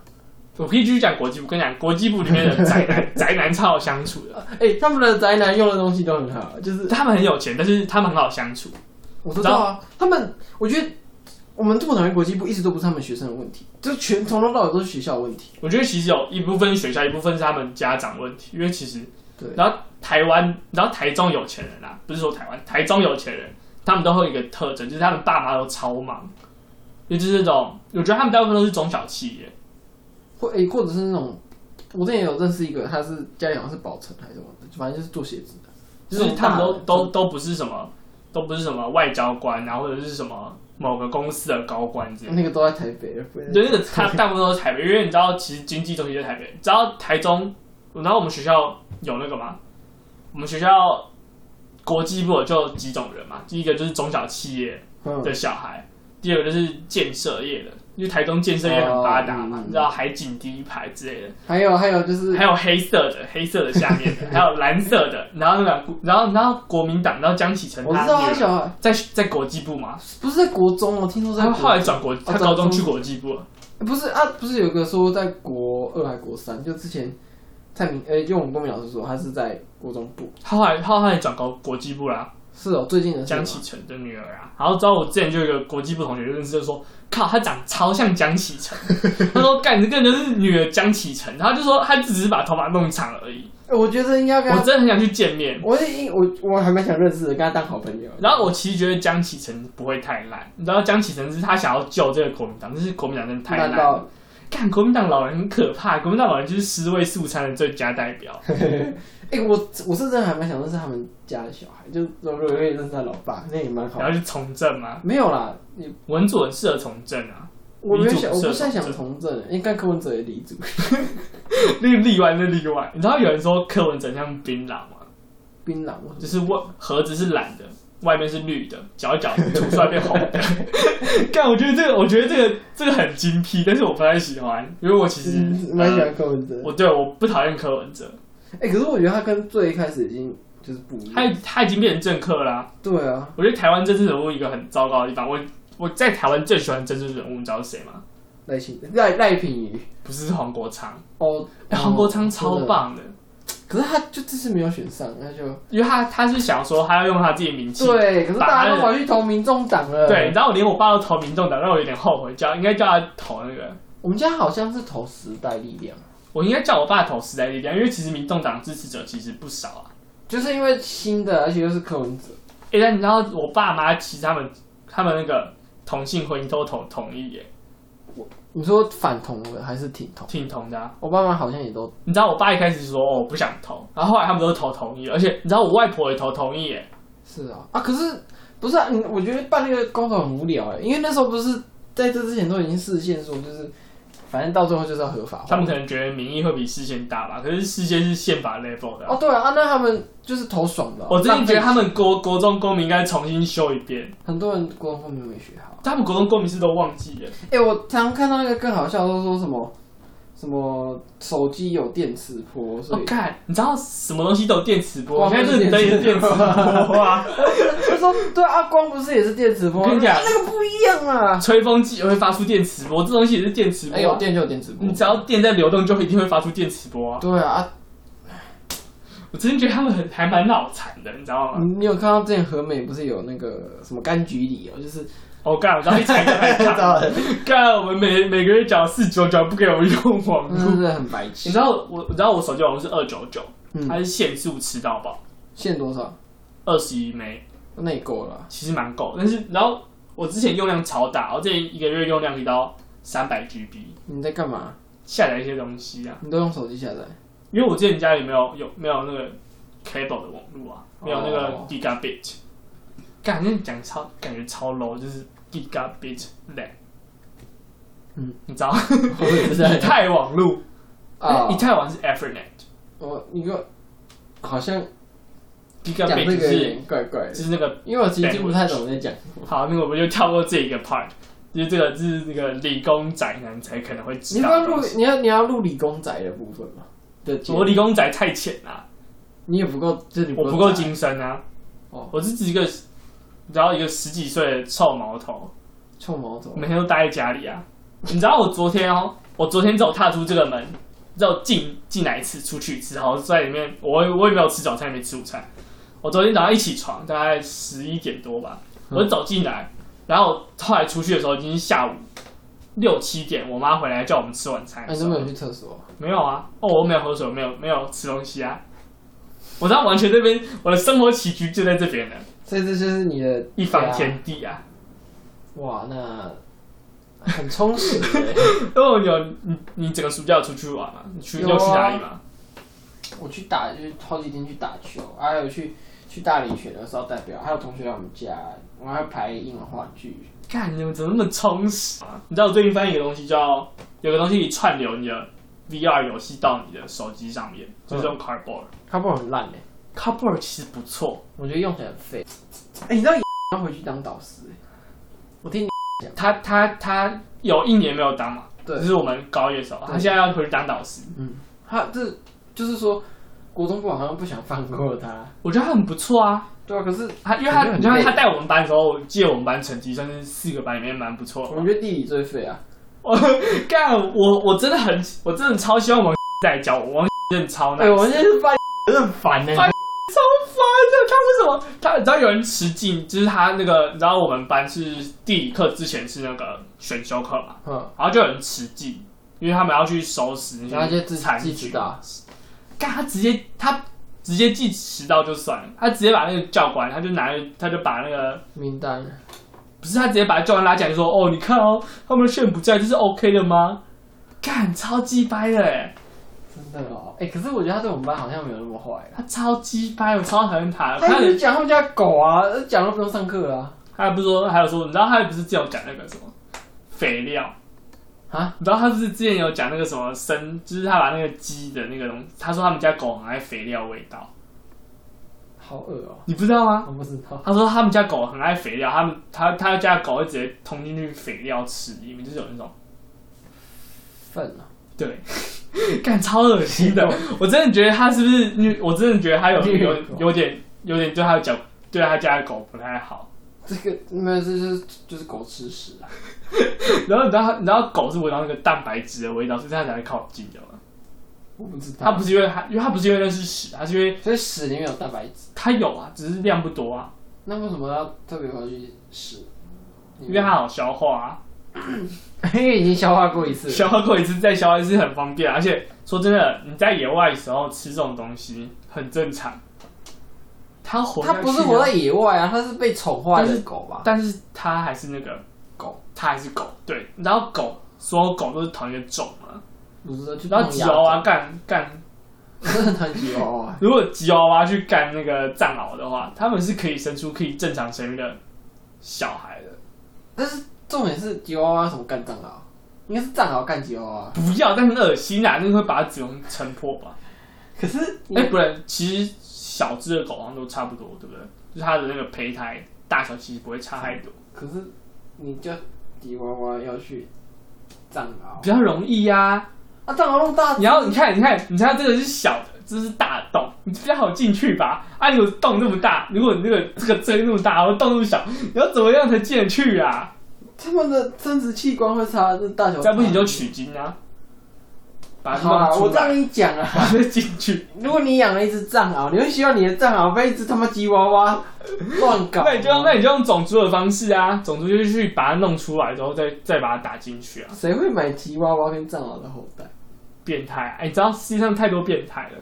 A: 我可以继续讲国际部，跟你讲国际部里面的宅 男宅男超好相处的，
B: 哎、他们的宅男用的东西都很好，就是
A: 他们很有钱，但是他们很好相处。
B: 我知道啊，他们我觉得我们这么讨厌国际部，一直都不是他们学生的问题，就是全从头到尾都是学校的问题。
A: 我觉得其实有一部分学校，一部分是他们家长问题，因为其实
B: 对，
A: 然后台湾，然后台中有钱人啊，不是说台湾，台中有钱人，他们都会有一个特征，就是他们爸妈都超忙，也就是那种，我觉得他们大部分都是中小企业，
B: 或哎、或者是那种，我之前有认识一个，他是家里好像是宝城还是什么的，反正就是做鞋子的，
A: 就是他们都
B: 那种大
A: 都都不是什么，都不是什么外交官啊，或者是什么某个公司的高官之类的。
B: 那个都在台北，不然
A: 嗯对，那个他大部分都是台北，因为你知道，其实经济中心在台北。你知道台中，然后我们学校有那个嘛，我们学校国际部就有几种人嘛，第一个就是中小企业，
B: 嗯，
A: 的小孩，第二个就是建设业的，因为台中建设业很发达嘛
B: 哦，嗯
A: 你知道海景第一排之类的，
B: 还有还有就是
A: 还有黑色的，黑色的下面 的，还有蓝色的，然后那个，然后然后国民党，然后江启臣
B: 我知道
A: 他
B: 啊他
A: 女儿
B: 小孩
A: 在在国际部嘛，
B: 不是在国中，我听说是在
A: 他
B: 国哦
A: 后来转国，他
B: 转
A: 高中
B: 中
A: 去国际部了，
B: 不是啊，不是有一个说在国二还国三，就之前蔡明呃，就我们公民老师说他是在国中部，
A: 他后来他后来转国国际部啦，
B: 是哦，最近的事
A: 江
B: 吗
A: 启臣的女儿啊，然后之后我之前就有一个国际部同学就认识，就说靠，他长超像江启 臣，他说干，你这个人就是女儿江启臣，然后就说他只是把头发弄长而已，
B: 哎我觉得应该跟
A: 我
B: 他，
A: 真的很想去见面。
B: 我已我我还蛮想认识的，跟他当好朋友。
A: 然后我其实觉得江启臣不会太烂，你知道江启臣是他想要救这个国民党，但是国民党真的太
B: 难
A: 烂了。
B: 道
A: 看国民党老人很可怕，国民党老人就是尸位素餐的最佳代表。
B: 哎、我我是真的还蛮想认识他们家的小孩，就如果可以认识他老爸，那也蛮好
A: 然。后去从政嘛，
B: 没有啦，也
A: 文主很适合从政啊，
B: 我没有
A: 民主
B: 想，
A: 不
B: 我
A: 是啊
B: 不太想
A: 同
B: 从政，应该柯文哲也离组。
A: 那个例外是例外。你知道有人说柯文哲像槟榔吗？
B: 槟榔，我
A: 就是外盒子是蓝的，外面是绿的，搅一搅煮出来变红的。
C: 干，我觉得这个，我觉得这个，
A: 这个很精辟，但是我不太喜欢，因为我其
B: 其
A: 实
B: 实嗯蛮喜
A: 呃
B: 欢柯文哲。
A: 我对我不讨厌柯文哲，
B: 哎、可是我觉得他跟最一开始已经就是不一
A: 他
B: 样。
A: 已他已经变成政客啦、
B: 对啊，
A: 我觉得台湾政治人物一个很糟糕的地方，我我在台湾最喜欢政治人物，你知道是谁吗？
B: 赖清赖赖品妤
A: 不是黄国昌，
B: 哦，
A: 哎黄国昌
B: 哦
A: 超。
B: 真的
A: 棒的，
B: 可是他就这次没有选上，那就
A: 因为他他是想说他要用他自己的名气。
B: 对。可是
A: 把
B: 大
A: 他
B: 家都
A: 的
B: 跑去投民众党了。
A: 对，，然后连我爸都投民众党，让我有点后悔，叫应该叫他投那个，
B: 我们家好像是投时代力量，
A: 我应该叫我爸投时代力量，因为其实民众党支持者其实不少啊。
B: 就是因为新的，而且又是柯文哲。
A: 哎、但你知道我爸妈其实他们他们那个同性婚姻都同同意耶，
B: 你说反同的还是挺同？
A: 挺同的、啊。
B: 我爸妈好像也都
A: 你知道我爸一开始说、哦、我不想投，然后后来他们都投同意了，而且你知道我外婆也投同意耶。
B: 是啊啊，可是不是啊？你我觉得办那个公投很无聊哎、因为那时候不是在这之前都已经视线说，就是反正到最后就是要合法
A: 他
B: 化。
A: 们可能觉得民意会比事先大吧，可是事先是宪法 level 的啊、
B: 哦，对啊，啊那他们就是投爽的啊、
A: 我最近觉得他
B: 浪
A: 们国国中公民应该重新修一遍
B: 费，很多人国文后面没学好。
A: 他们国中公民是都忘记了。哦
B: 哎、我常看到那个更好笑，都说什么什么手机有电磁波，
A: 我
B: 所以
A: 看、你知道什么东西都有电磁波，
B: 哇
A: 我现在认真也是电磁波 啊，
B: 我说对啊，光不是也是电磁波？
A: 我跟你讲
B: 啊那个不一样啊。
A: 吹风机也会发出电磁波，这东西也是电磁波、啊
B: 哎、有电就有电磁波
A: 你。只要电在流动，就一定会发出电磁波、啊。
B: 对啊啊，
A: 我真的觉得他们很还蛮脑残的，你知道吗？
B: 啊你你有看到之前和美不是有那个什么柑橘里哦，就是
A: 我干、我然后一踩就被
B: 知
A: 打。
B: 道 了，
A: 干，我们每每个月缴四九九，不给我们用网络。
B: 嗯真的很白痴。
A: 你知道我，你知道我手机网络是二九九，
B: 嗯
A: 它是限速吃到饱，
B: 限多少？
A: 二十一枚，
B: 那也够了啊。
A: 其实蛮够。但是然后我之前用量超大，我之前一个月用量可以到三百 GB，
B: 你在干嘛？
A: 下载一些东西啊。
B: 你都用手 机下载？
A: 因为我之前家里没有有没有那个 cable 的网络啊，没有那个
B: 哦
A: gigabit。感觉讲超感觉超 low，就是 gigabit l
B: 嗯，
A: 你知道哎
B: 我也不知 道
A: 以太网路，
B: 啊
A: 以！太网是 Ethernet，gigabit
B: 我你给我好像讲这个有
A: 是
B: 点怪怪的，
A: 就是那个
B: 因为我其实听不太懂你在讲。
A: 好，那我们就跳过这一个 part，就是这个就是那个理工宅男才可能会
B: 你
A: 知道
B: 要不要
A: 的东
B: 录
A: 西。？
B: 你要你要录理工宅的部分吗？的节目
A: 我理工宅太浅啦、
B: 你也不够，就是你
A: 我不够
B: 精。
A: 精深啊，
B: 哦，
A: 我是一个，然后一个十几岁的臭毛头，
B: 臭毛头。
A: 每天都待在家里啊。你知道我昨天哦，我昨天只有踏出这个门，只有进进来一次，出去一次，然后在里面，我也我也没有吃早餐，也没吃午餐。我昨天早上一起床，大概十一点多吧，
B: 嗯
A: 我就走进来，然后后来出去的时候已经是下午六七点，我妈回来叫我们吃晚餐
B: 哎，
A: 的
B: 你
A: 时
B: 都
A: 候。
B: 没有去厕所？
A: 没有啊，哦，我没有喝水，没有没有吃东西啊。我知道完全这边我的生活起居就在这边了，
B: 所以这就是你的
A: 一方天地啊。
B: 哇，那很充实 欸。
A: 哦，你有你你整个暑假有出去玩吗？你去
B: 有啊
A: 又去哪里吗？
B: 我去打就是好几天去打球，还有去去大理选的时候代表，还有同学来我们家，我们还排英文话剧。
A: 看你们怎么那么充实啊！你知道我最近翻译一个东西叫，有个东西你串流你的 VR 游戏到你的手机上面，就是用 Cardboard。
B: 他不很烂哎、
A: 嗯 Cardboard 其实不错，
B: 我觉得用起来很废。哎、你知道要回去当导师、欸？我听你
A: 他他他有一年没有当嘛，
B: 对
A: 就是我们高一的时候，
B: 对
A: 他现在要回去当导师，
B: 嗯他这就是说，国中部好像不想放过他。
A: 我觉得他很不错啊。
B: 对啊，可是
A: 他因为他
B: 感觉很
A: 你知道
B: 累
A: 他带我们班的时候，我记得我们班成绩算是四个班里面蛮不错的。
B: 我觉得地理最废啊。
A: 我干我我真的很我真的超希望王在教我，王真的超
B: 哎、
A: 难。
B: 我现在是发很烦呢、
A: 发超烦的。他为什么？他你知道有人迟进，就是他那个，你知道我们班是地理课之前是那个选修课嘛，
B: 嗯，
A: 然后就有人迟进，因为他们要去收拾那些
B: 然后就自己
A: 残
B: 自己
A: 局
B: 知道。
A: 干他直接他直接记迟到就算了，他直接把那个教官，他就拿他就把那个
B: 名单。
A: 不是他直接把教官拉起来就说：“哦，你看哦，他们的炫不在，这是 OK 的吗？”干，超鸡掰的哎，
B: 真的哦，哎、可是我觉得他对我们班好像没有那么坏啊啦。
A: 他超鸡掰，我超讨厌他。
B: 他
A: 他
B: 一直讲他们家狗啊，讲都不用上课了啊。
A: 他还不是说，还有说，你知道他也不是只有讲那个什么肥料
B: 啊？
A: 你知道他不是之前有讲那个什么生，就是他把那个鸡的那个东西，他说他们家狗很爱肥料味道，
D: 好恶哦、
A: 你不知道
B: 啊
A: 吗？
D: 我不知道，
A: 他说他们家狗很爱肥料，他们他他家的狗会直接捅进去肥料吃，里面就是有那种
D: 粪啊，
A: 对， 干超恶心的。我真的觉得他是不是虐？我真的觉得他有
D: 虐
A: 有
D: 狗
A: 有点有点对他的脚对他家的狗不太好。
B: 这个没有，这就是就是狗吃屎啊！
A: 然后你知道他你知道狗是闻到那个蛋白质的味道，所以它才会靠近，你知道吗？
D: 我不知道。
A: 它不是因为它，因为它不是因为那是屎，啊它是因为
B: 所以屎里面有蛋白质，
A: 它有啊，只是量不多啊，
B: 那为什么要特别跑去屎？嗯
A: 因为它好消化啊。
B: 因为已经消化过一次了，
A: 消化过一次再消化一次很方便，啊而且说真的，你在野外的时候吃这种东西很正常。它活下
B: 它
A: 去啊
B: 不是活在，野外啊，它是被宠坏
A: 但
B: 的
A: 是
B: 狗吧？
A: 但是它还是那个
B: 狗，
A: 它还是狗。对，然后狗，所有狗都是同一个种嘛。
B: 不是，就
A: 然后吉娃娃干干，
B: 我真的很吉娃娃，
A: 如果吉娃娃去干那个藏獒的话，它们是可以生出可以正常生育的小孩的。
B: 但是重点是吉娃娃什么干藏獒？应该是藏獒干吉娃啊娃。
A: 不要，但很恶心啊，那个会把它子宫撑破吧？
B: 可是你
A: 哎、不然其实小只的狗好像都差不多，对不对？就是它的那个胚胎大小其实不会差太多，
B: 可是你叫吉娃娃要去藏獒
A: 比较容易呀、啊。
B: 啊，藏獒那么大，
A: 你要你看，你看，你看这个是小的，这是大的洞，你比较好进去吧？啊，你有洞那么大，如果你这个这个针那么大，然后洞那么小，你要怎么样才进得去啊？
B: 他们的生殖器官会差，这大小差
A: 再不行就取精啊，把它
B: 好啊！
A: 弄出
B: 我
A: 来，
B: 让你讲啊，
A: 把它进去。
B: 如果你养了一只藏獒，你会希望你的藏獒被一只他妈吉 娃娃乱搞？啊
A: 那你就用那你就用种族的方式啊，种族就是去把它弄出来之后再再把它打进去啊。
B: 谁会买吉娃娃跟藏獒的后代？
A: 变态、啊！哎、你知道世界上太多变态了。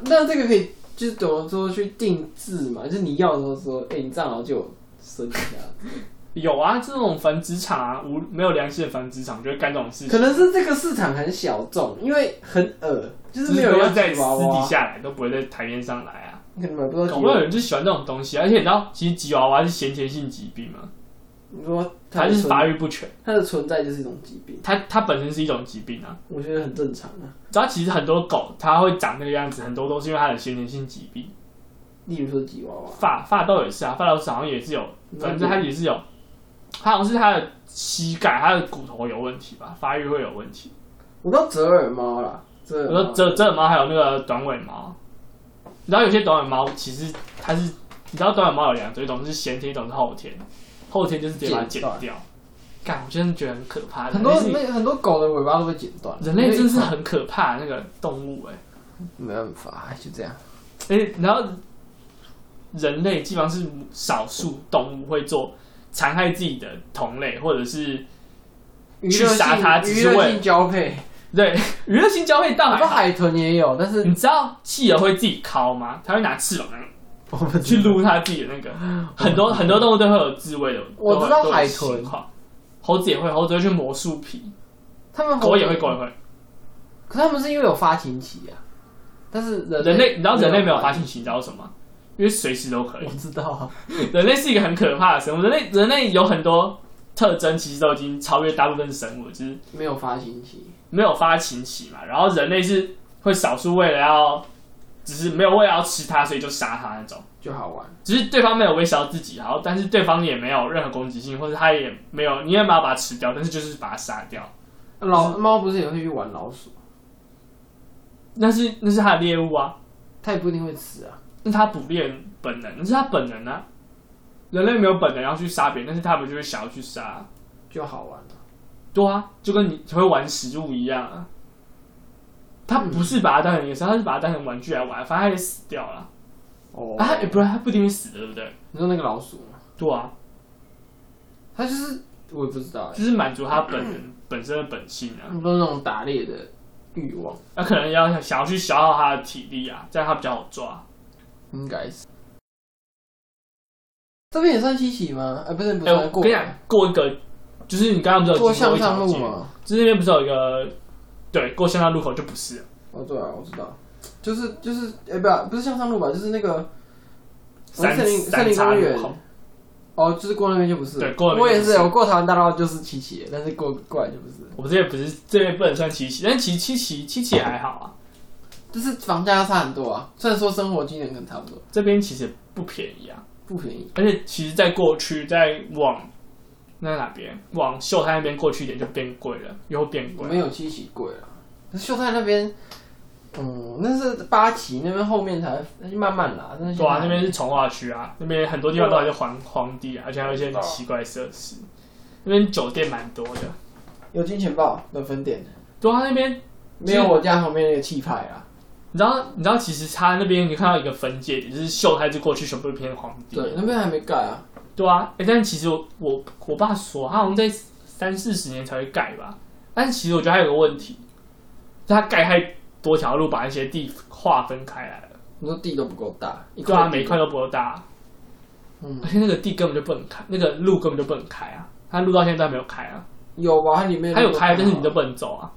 B: 那这个可以就是怎么说去定制嘛？就是你要的时候说，哎、你藏獒就有生啊一 下，
A: 有啊，这种繁殖场啊，无没有良心的繁殖场就会干这种事
B: 可
A: 情，
B: 能是这个市场很小众，因为很恶，就是没有
A: 都
B: 人
A: 会
B: 要
A: 在
B: 吉
A: 私
B: 娃啊
A: 底
B: 娃，
A: 下来，都不会在台面上来啊。
B: 你可能买不到
A: 搞
B: 吉
A: 不好
B: 娃
A: 有
B: 娃。
A: 人就喜欢这种东西，而且你知道，其实吉娃娃是先天性疾病嘛，
B: 你说它
A: 它
B: 的
A: 就是
B: 存
A: 发育不全，
B: 它的存在就是一种疾病，
A: 它它本身是一种疾病啊。
B: 我觉得很正常啊。
A: 你知道，其实很多狗它会长那个样子，很多都是因为它的先天性疾病。
B: 例如说吉娃娃，
A: 发发豆也是啊，发豆好像也是有，反正它也是有，它好像是它的膝盖、它的骨头有问题吧，发育会有问题。
B: 我知道折耳猫啦，折
A: 我
B: 耳
A: 说
B: 猫
A: 折折耳猫还有那个短尾猫，你知道有些短尾猫其实它是，你知道短尾猫有两种，一种是先天，一种是后天。后天就是直接把它剪
B: 剪断
A: 掉。干，我真的觉得很可怕。
B: 很多
A: 人类是
B: 那个很多狗的尾巴都被剪断，
A: 人类真是很可怕的那个动物哎、
B: 没办法，就这样。
A: 欸，哎、然后人类基本上是少数动物会做残害自己的同类，或者是
B: 娱乐
A: 去杀它只
B: 性娱
A: 是为哎
B: 乐性交配，
A: 对娱乐性交配倒
B: 我
A: 还
B: 说
A: 好。
B: 海豚也有，但是
A: 你知道企鹅会自己敲吗？它会拿翅膀
B: 我不
A: 去撸它自己的那 个，很多很多动物都会有自卫的。
B: 我知道海豚
A: 都有情况，猴子也会，猴子会去磨树皮，
B: 他们
A: 狗也会，狗也会。
B: 可是他们是因为有发情期啊，但是人
A: 人类，你知道人类没有发
B: 情，
A: 情期，你知道为什么吗？因为随时都可以
B: 我。知道啊，
A: 人类是一个很可怕的生物，人类人类有很多特征，其实都已经超越大部分生物，就是
B: 没有发情期，
A: 没有发情期嘛。然后人类是会少数为了要，只是没有为了要吃它，所以就杀它那种。
B: 就好玩。
A: 只是对方没有威胁到自己，然后但是对方也没有任何攻击性，或者他也没有，你也没有把它吃掉，但是就是把它杀掉。嗯
B: 老猫不是也会去玩老鼠，
A: 那是那是它的猎物啊，
B: 它也不一定会吃啊。
A: 那它捕猎本能，那是它本能啊。人类没有本能要去杀别人，但是他们就会想要去杀。
B: 就好玩啊
A: 对啊，就跟你会玩食物一样啊。他不是把它当成一个生，他是把它当成玩具来玩，反正他也死掉了。
B: 哦
A: 啊，他也不是他不一定会死的，对不对？
B: 你说那个老鼠吗？
A: 对啊，
B: 它就是我也不知道欸，
A: 就是满足他本人本身的本性啊。
B: 很多那种打猎的欲望，
A: 那可能要想要去消耗他的体力啊，这样他比较好抓。
B: 应该是。这边也算七喜吗？哎，不是，不
A: 哎、
B: 是，
A: 我
B: 过
A: 跟你讲，过一个，就是你刚刚不是有
B: 过
A: 经过
B: 向
A: 一条
B: 上路
A: 街，
B: 嘛。
A: 就是那边不是有一个，对，过向上路口就不是了
B: 哦，对啊，我知道，就是就是，哎、不是不是向上路吧，就是那个
A: 三
B: 森林森
A: 三
B: 林
A: 岔
B: 公
A: 路
B: 园。
A: 口，
B: 哦，就是过那边就不是。
A: 对过那边
B: 我也
A: 就是
B: 是，我过台湾大道就是七七，但是过过来就不是。
A: 我这边不是这边不能算七期，但其实七期七期也还好啊。
B: 就是房价差很多啊。虽然说生活机能可能差不多，
A: 这边其实不便宜啊，
B: 不便宜。
A: 而且其实，在过去，在往那哪边往秀泰那边过去一点就变贵了，又变
B: 我
A: 贵
B: 们
A: 了。
B: 有七期贵了，可是秀泰那边，嗯，那是八旗那边后面才那就慢慢啦。那
A: 对啊，那边是从化区啊，那边很多地方都还是荒荒地啊，而且还有一些很奇怪的设施。那边酒店蛮多的，
B: 有金钱豹的分店，
A: 对啊，那边
B: 没有我家旁边那个气派啊。
A: 你知道，你知道，其实他那边你看到一个分界点，就是秀泰就过去全部偏荒地。
B: 对，那边还没盖啊。
A: 对啊，欸但其实我我我爸说，他好像在三四十年才会盖吧。但其实我觉得还有个问题，就他盖太多条路，把一些地划分开来了，
B: 你说地都不够大，一
A: 对啊，
B: 地
A: 每一块都不够大，
B: 嗯
A: 而且那个地根本就不能开，那个路根本就不能开啊。他路到现在都还没有开啊，
B: 有吧？它里面
A: 他有开，但是你
B: 都
A: 都不能走啊，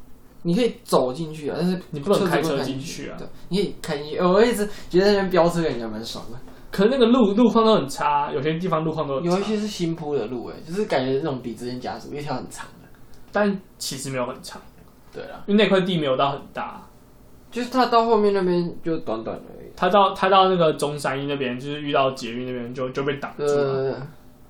B: 你可以走进去啊，但是
A: 你不能开车进
B: 进
A: 去啊。
B: 对，你可以开进去。呃我一直觉得那边飙车感觉蛮爽 的，
A: 可是那个路路况都很差，有些地方路况都很
B: 有
A: 差，
B: 一些是新铺的路哎、就是感觉那种笔直线加速，一条很长的。
A: 但其实没有很长，
B: 对啊，
A: 因为那块地没有到很大。
B: 就是它到后面那边就短短的而已。
A: 他到他到那个中山一那边，就是遇到捷运那边就就被挡住了。
B: 呃，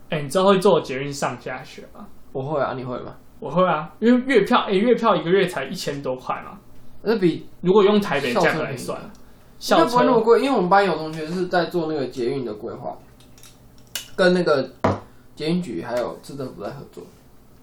A: 哎、你知道会坐捷运上下学吗？
B: 我会啊，你会吗？
A: 我会啊，因为月票，哎、月票一个月才一千多块嘛。
B: 那比
A: 如果用台北价格来算，
B: 应该
A: 校
B: 不会那么
A: 车
B: 贵，因为我们班有同学是在做那个捷运的规划，跟那个捷运局还有市政府在合作。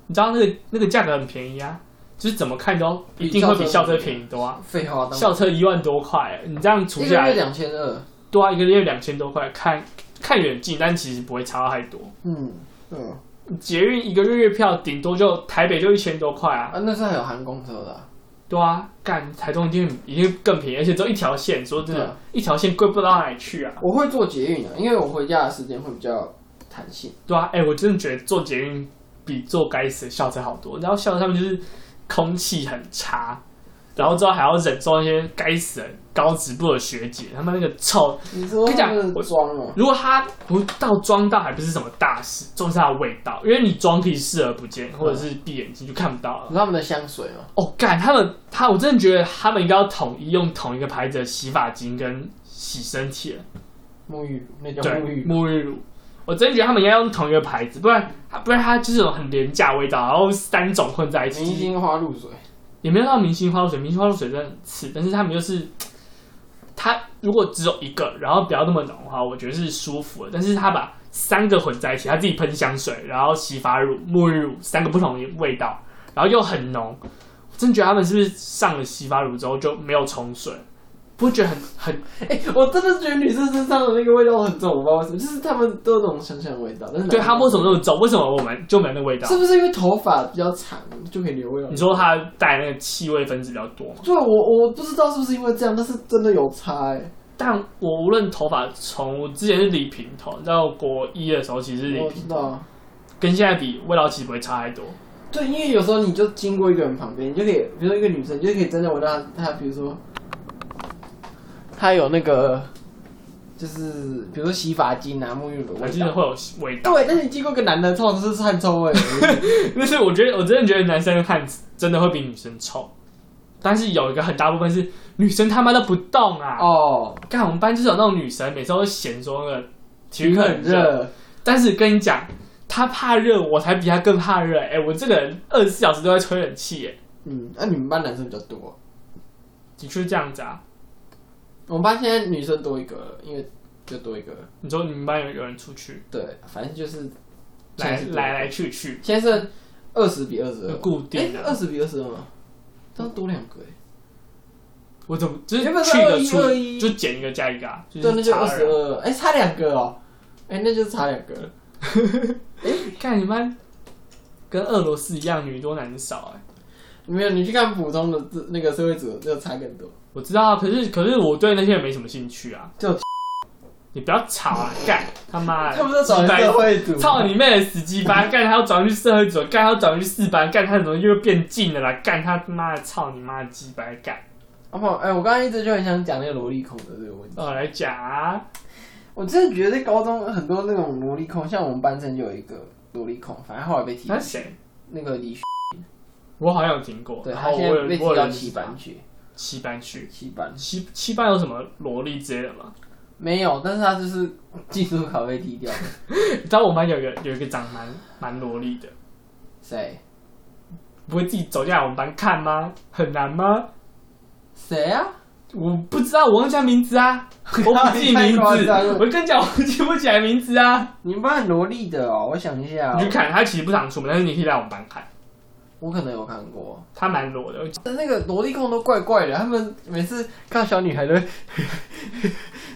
A: 你知道那个那个价格很便宜啊，就是怎么看都一定会比校车便宜多啊。
B: 废话，当
A: 校车一万多块、你这样除
B: 一个
A: 下
B: 月
A: 来，
B: 两千二，
A: 多啊，一个月两千多块，看看远近，但其实不会差太多。
B: 嗯，对啊，
A: 捷运一个月月票顶多就台北就一千多块啊，
B: 啊那是还有含公车的啊、
A: 对啊，干台中一定一定更便宜，而且只有一条线，说真
B: 对
A: 的
B: 啊，
A: 一条线贵不到哪里去啊。
B: 我会做捷运啊，因为我回家的时间会比较弹性。
A: 对啊，哎、我真的觉得坐捷运比坐该死的校车好多。然后校车上面就是空气很差，然后之后还要忍受那些该死的高职部的学姐，他们那个臭。
B: 你说
A: 跟你讲
B: 他们是装哦，
A: 如果他不到妆到还不是什么大事，重视它的味道，因为你妆可以视而不见，或者是闭眼睛就看不到了
B: 你。知道他们的香水吗？
A: 哦，干他们，他我真的觉得他们应该要统一用同一个牌子的洗发精跟洗身体了。
B: 沐浴乳，那叫
A: 对
B: 沐，浴乳。
A: 沐浴乳。我真的觉得他们应该用同一个牌子，不然不然它就是有很廉价的味道，然后三种混在一
B: 明
A: 起，
B: 星花露水，
A: 也没有到明星花露水，明星花露水真的很次，但是他们就是，它如果只有一个，然后不要那么浓的话，我觉得是舒服的。但是他把三个混在一起，他自己喷香水，然后洗发乳、沐浴乳三个不同的味道，然后又很浓，我真的觉得他们是不是上了洗发乳之后就没有冲水，不会觉得很很
B: 哎、我真的觉得女生身上的那个味道很重，我不知道为什么，就是他们都有那种香香的味道。但是
A: 对他
B: 们
A: 为什么那么重？为什么我们就没有那个味道？
B: 是不是因为头发比较长就可以留味道
A: 你？说它带那个气味分子比较多嘛？
B: 对，我我不知道是不是因为这样，但是真的有差哎、
A: 但我无论头发从我之前是理平头，到国一的时候其实是理
B: 我
A: 平
B: 知
A: 头，
B: 道。
A: 跟现在比味道其实不会差太多。
B: 对，因为有时候你就经过一个人旁边，你就可以，比如说一个女生，你就可以真的闻到她，她比如说，她有那个，就是比如说洗发精啊、沐浴乳的
A: 我
B: 味
A: 记得
B: 道。
A: 会有味道，
B: 对，但是你经过一个男的，通常都是汗臭味。
A: 但是我觉得我真的觉得男生的汗真的会比女生臭，但是有一个很大部分是女生他妈都不动啊！
B: 哦，
A: 看、我们班就是有那种女生，每次都嫌说那个体育
B: 体
A: 课
B: 育
A: 很
B: 很
A: 热，
B: 热，
A: 但是跟你讲，她怕热，我才比她更怕热。哎、我这个人二十四小时都在吹冷气，哎，
B: 嗯，那、你们班男生比较多，
A: 的确是这样子啊。
B: 我们班现在女生多一个了，因为就多一个了，
A: 你说你们班有有人出去，
B: 对，反正就是
A: 来
B: 现在是多
A: 来来去去，
B: 现在剩二十比二十二，
A: 固定
B: 哎，
A: 的。
B: 二十比二十二吗？这样多两个哎，
A: 我怎么就是
B: 原本是
A: 去一个
B: 21
A: 出
B: 21
A: 就减一个加一个啊？
B: 对，那
A: 是
B: 就
A: 差
B: 二十
A: 了啊。
B: 二，哎，差两个哦，哎，那就是差两个。
A: 看你们班跟俄罗斯一样，女多男少哎、
B: 没有，你去看普通的自那个社会组就差更多。
A: 我知道啊，可是可是我对那些人没什么兴趣啊。
B: 就
A: 你不要吵 啊！干他妈的，
B: 他们都找
A: 鸡掰
B: 社会组，
A: 操你妹的死鸡巴！干他要转去社会组，干他要转去四班，干他怎么又变近了啦？干他妈的，操你妈的鸡巴干！
B: 啊不，哎，我刚刚一直就很想讲那个萝莉控的这个问题。
A: 哦，来讲啊，
B: 我真的觉得在高中很多那种萝莉控，像我们班上就有一个萝莉控，反正后来被踢
A: 那，谁？
B: 那个李旭，
A: 我好像有听过，
B: 对
A: 然
B: 他
A: 后
B: 现
A: 我有
B: 在被踢
A: 哦我有
B: 到
A: 认识
B: 七
A: 他
B: 班去。
A: 七班去。
B: 七班
A: 七七班有什么萝莉之类的吗？
B: 没有，但是他就是 进入考被踢掉。
A: 你知道我们班有一个有一个长蛮蛮萝莉的，
B: 谁
A: 不会自己走进来我们班看吗？很难吗？
B: 谁啊？
A: 我不知道，我忘记他名字 啊，我不记
B: 太
A: 名
B: 夸
A: 字
B: 张了，
A: 我跟你讲，我记不起来名字啊。
B: 你们班很萝莉的哦，我想一下哦、
A: 你去看，他其实不常出门，但是你可以来我们班看，
B: 我可能有看过。
A: 他蛮裸的，
B: 但那个萝莉控都怪怪的，他们每次看到小女孩都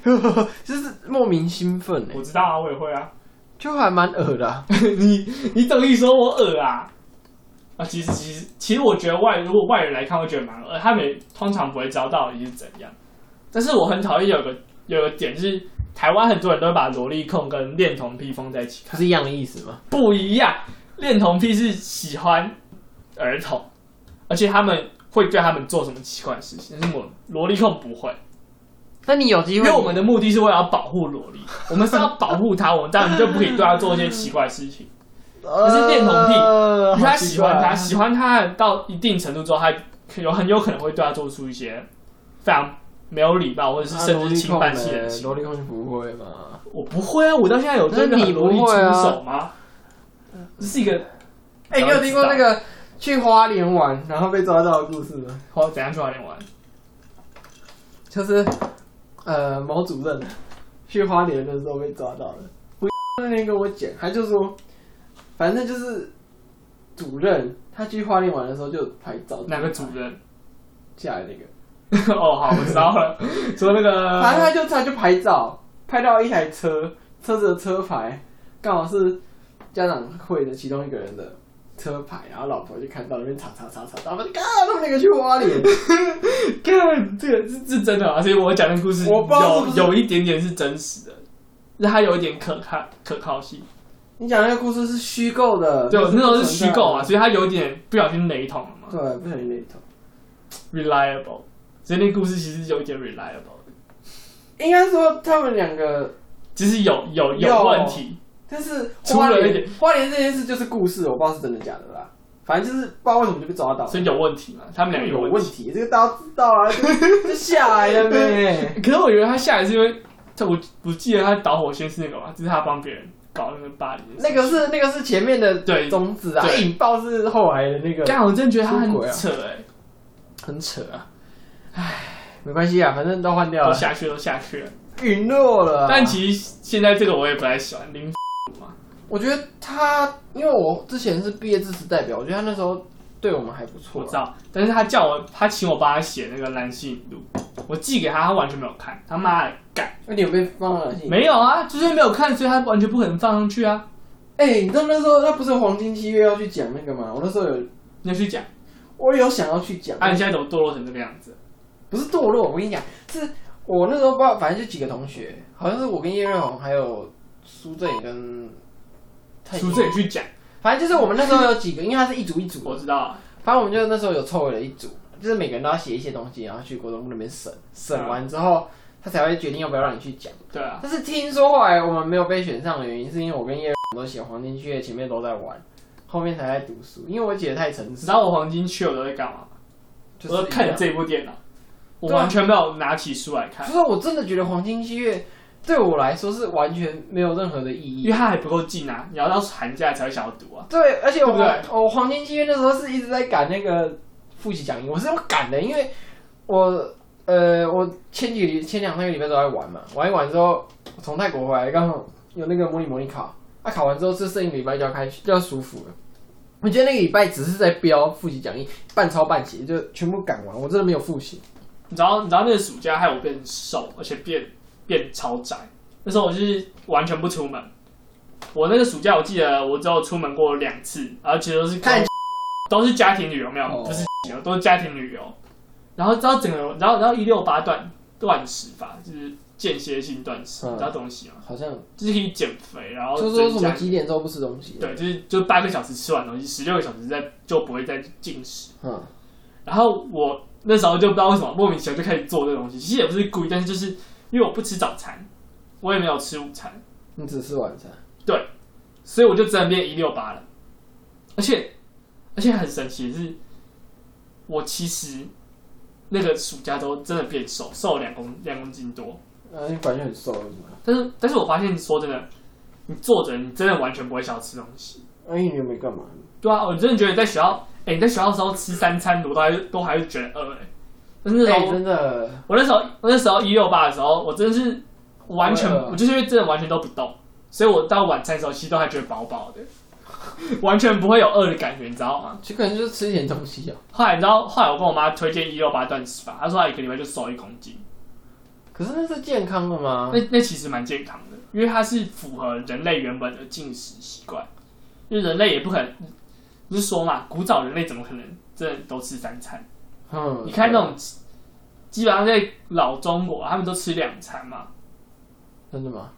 B: 会 就是莫名兴奋哎
A: 我，知道啊，我也会啊。
B: 就还蛮恶的啊、
A: 你你等于说我恶啊？啊，其实其实其实我觉得外如果外人来看会觉得蛮恶，他们也通常不会知道到底是怎样。但是我很讨厌有个有个点就是，台湾很多人都会把萝莉控跟恋童癖放在一起看，
B: 不是一样的意思吗？
A: 不一样。恋童癖是喜欢儿童，而且他们会对他们做什么奇怪的事情，但是我萝莉控不会。
B: 那你有机
A: 因
B: 会，
A: 为我们的目的是为了要保护萝莉，我们是要保护她，我们当然就不可以对她做一些奇怪的事情。
B: 可
A: 是恋童癖
B: 癖
A: 因为他喜欢他，喜欢他到一定程度之后，他有很有可能会对他做出一些非常没有礼貌，或者是甚至侵犯性的行
B: 啊萝
A: 为。
B: 莉控就不会嘛？
A: 我不会啊，我到现在有真的
B: 那你
A: 很
B: 不
A: 容易出
B: 会啊
A: 手吗？这是一个
B: 哎、你有听过那个去花莲玩然后被抓到的故事吗？
A: 我怎样去花莲玩？
B: 就是呃，毛主任去花莲的时候被抓到了，我那天跟我讲，他就说，反正就是主任他去花莲玩的时候就拍照，
A: 哪个主任？
B: 下来那个，
A: 哦，好，我知道了。说那
B: 反正
A: 个
B: 他就他就拍照，拍到一台车，车子的车牌刚好是家长会的其中一个人的。车牌，然后老婆就看到那边查查查查，然后就啊，他们那个去花莲，
A: 干，这个是是真的啊！所以我讲的故事
B: 我不知道是
A: 有
B: 不是
A: 有一点点是真实的，那它有一点可看可靠性。
B: 你讲那个故事是虚构的，
A: 对，我那时候是
B: 不
A: 虚
B: 存在的
A: 构嘛，，所以它有一点不小心雷同了嘛。
B: 对，不小心那一头。
A: reliable，所以那故事其实有一点 reliable，的
B: 应该说他们两个，
A: 就是有有有
B: 有
A: 问题，
B: 但是
A: 出
B: 花
A: 了一
B: 莲
A: 点
B: 花莲这件事就是故事，我不知道是真的假的啦。反正就是不知道为什么就被抓到了，
A: 所以有问题嘛，他们两个
B: 有
A: 问
B: 问。题，这个大家知道啊，就 就下来了呗。
A: 可是我以为他下来是因为他，我我记得他导火线是那个嘛，就是他帮别人搞那个巴黎的事
B: 那个是那个是前面的
A: 对
B: 种子啊，
A: 对
B: 引爆是后来的那个，
A: 干，我真的觉得他很
B: 出轨啊
A: 扯哎、
B: 很扯啊。唉，没关系啊，反正都换掉
A: 都
B: 了，
A: 下去都下去了。
B: 陨落了啊。
A: 但其实现在这个我也不太喜欢零
B: 我觉得他，因为我之前是毕业支持代表，我觉得他那时候对我们还不错
A: 我
B: 啊
A: 知。道，但是他叫我，他请我帮他写那个《蓝心语录》，我寄给他，他完全没有看，他妈的干，
B: 那你有被放到哪里？
A: 没有啊，就是没有看，所以他完全不可能放上去啊。
B: 哎、你知道那时候那不是黄金七月要去讲那个吗？我那时候有，
A: 你要去讲，
B: 我有想要去讲，
A: 啊，你现在怎么堕落成这个样子？
B: 不是堕落，我跟你讲，是我那时候不知道，反正就几个同学，好像是我跟叶瑞红还有苏振宇跟泰
A: 出这里去讲，
B: 反正就是我们那时候有几个，因为他是一组一组
A: 我
B: 的，
A: 知道啊，
B: 反正我们就那时候有凑为了一组，就是每个人都要写一些东西，然后去国中部那边审，审完之后他才会决定要不要让你去讲。
A: 对啊，
B: 但是听说后来我们没有被选上的原因，是因为我跟叶瑞红都写黄金七月前面都在玩，后面才在读书，因为我姐太诚
A: 你
B: 实
A: 知。道我黄金去我都在干嘛？
B: 就
A: 我
B: 是
A: 都看着这部电脑，我
B: 对啊
A: 完全没有拿起书来
B: 就
A: 看，
B: 是我真的觉得黄金七月对我来说是完全没有任何的意
A: 因为
B: 义。
A: 它还不够近啊，你要到寒假才会想要读啊。
B: 对，而且我
A: 对不对
B: 我黄金七月那时候是一直在赶那个复习讲义，我是用赶的，因为我呃我前几个礼前两三个礼拜都在玩嘛，玩一玩之后我从泰国回来，刚好有那个模拟模拟考，啊考完之后是剩一个礼拜就要开就要舒服了。我觉得那个礼拜只是在标复习讲义，半抄半写，就全部赶完，我真的没有复习。
A: 你知道，你知道那个暑假害我变瘦，而且变变超宅。那时候我就是完全不出门。我那个暑假，我记得我只有出门过两次，而且都是
B: 看
A: 都是家庭旅游，没有，
B: 哦
A: 不是都是家庭旅游。然后知道整个，然后然后一六八断断食法，就是间歇性断食，
B: 嗯
A: 你知道东西吗？
B: 好像
A: 就是可以减肥，然后
B: 就说什
A: 增
B: 么
A: 加
B: 几点之后不吃东西，
A: 对，就是就八个小时吃完东西，十六个小时再就不会再进食。
B: 嗯，
A: 然后我那时候就不知道为什么莫名其妙就开始做这个东西，其实也不是故意，但是就是因为我不吃早餐，我也没有吃午餐，
B: 你只吃晚餐。
A: 所以我就真的变一六八了。而且而且很神奇的是，我其实那个暑假都真的变瘦，瘦了两公两公斤多。
E: 啊，你反正很瘦，为什么？
A: 但是但是我发现说真的，你坐着你真的完全不会想要吃东西。
E: 哎，你又没干嘛？
A: 对啊，我真的觉得在学校，哎、你在学校的时候吃三餐，我都还都还是觉得饿哎、但是那时候、
E: 哎，真的，
A: 我那时候我那时候一六八的时候，我真的是完全，
E: 我饿了
A: 我就是因为真的完全都不动，所以我到晚餐的时候其实都还觉得饱饱的， 完全不会有饿的感觉，你知道吗？
B: 就可能就是吃一点东西啊。
A: 后来你知道，后来我跟我妈推荐一六八断食法，她说她一个礼拜就瘦一公斤，
B: 可是那是健康的
E: 嗯
B: 吗？
A: 那那其实蛮健康的，因为它是符合人类原本的进食习惯，因为人类也不可能，不是说嘛，古早人类怎么可能真的都吃三餐？
B: 嗯，
A: 你看那种基本上在老中国，他们都吃两餐嘛，
B: 真的吗？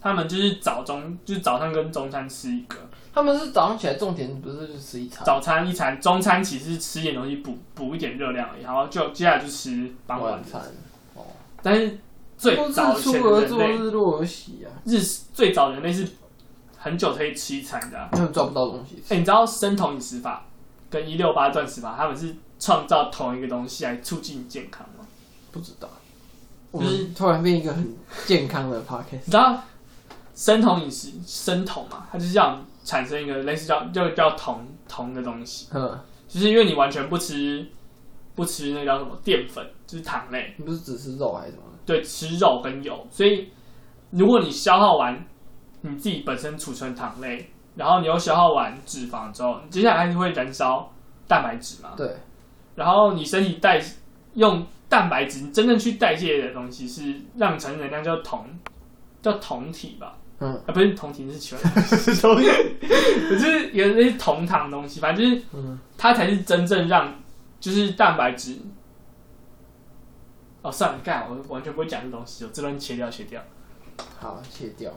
A: 他们就是早中，就是早上跟中餐吃一个，
B: 他们是早上起来重点不是就吃一餐？
A: 早餐一餐，中餐其实是吃一点东西补补一点热量而已，然后就接下来就吃傍晚
B: 晚。餐，
A: 但是最早以
B: 日出
A: 前的
B: 而
A: 人
B: 作，
A: 类，
B: 日落而息啊，
A: 日最早人类是很久可以吃一餐的啊、
B: 他们抓不到东西
A: 哎、你知道生酮饮食法跟一六八断食法，他们是创造同一个东西来促进健康吗？
B: 不知道。我们突然变一个很健康的 podcast，
A: 你知道生酮饮食生酮嘛？它就是让你产生一个类似叫就叫酮酮的东西，
B: 嗯，
A: 就是因为你完全不吃不吃那个叫什么淀粉，就是糖类，
B: 你不是只吃肉还是什么？
A: 对，吃肉跟油，所以如果你消耗完你自己本身储存糖类，然后你又消耗完脂肪之后，你接下来还是会燃烧蛋白质嘛？
B: 对，
A: 然后你身体代用蛋白质真正去代谢的东西是让你产生能量叫酮，叫酮体吧？
B: 嗯
A: 啊，不是酮体，是其他东西 就是有那些酮糖的东西，反正就是
B: 嗯，
A: 它才是真正让就是蛋白质。哦，算了，干，我完全不会讲这东西，我这段切掉，切掉。
B: 好，切掉。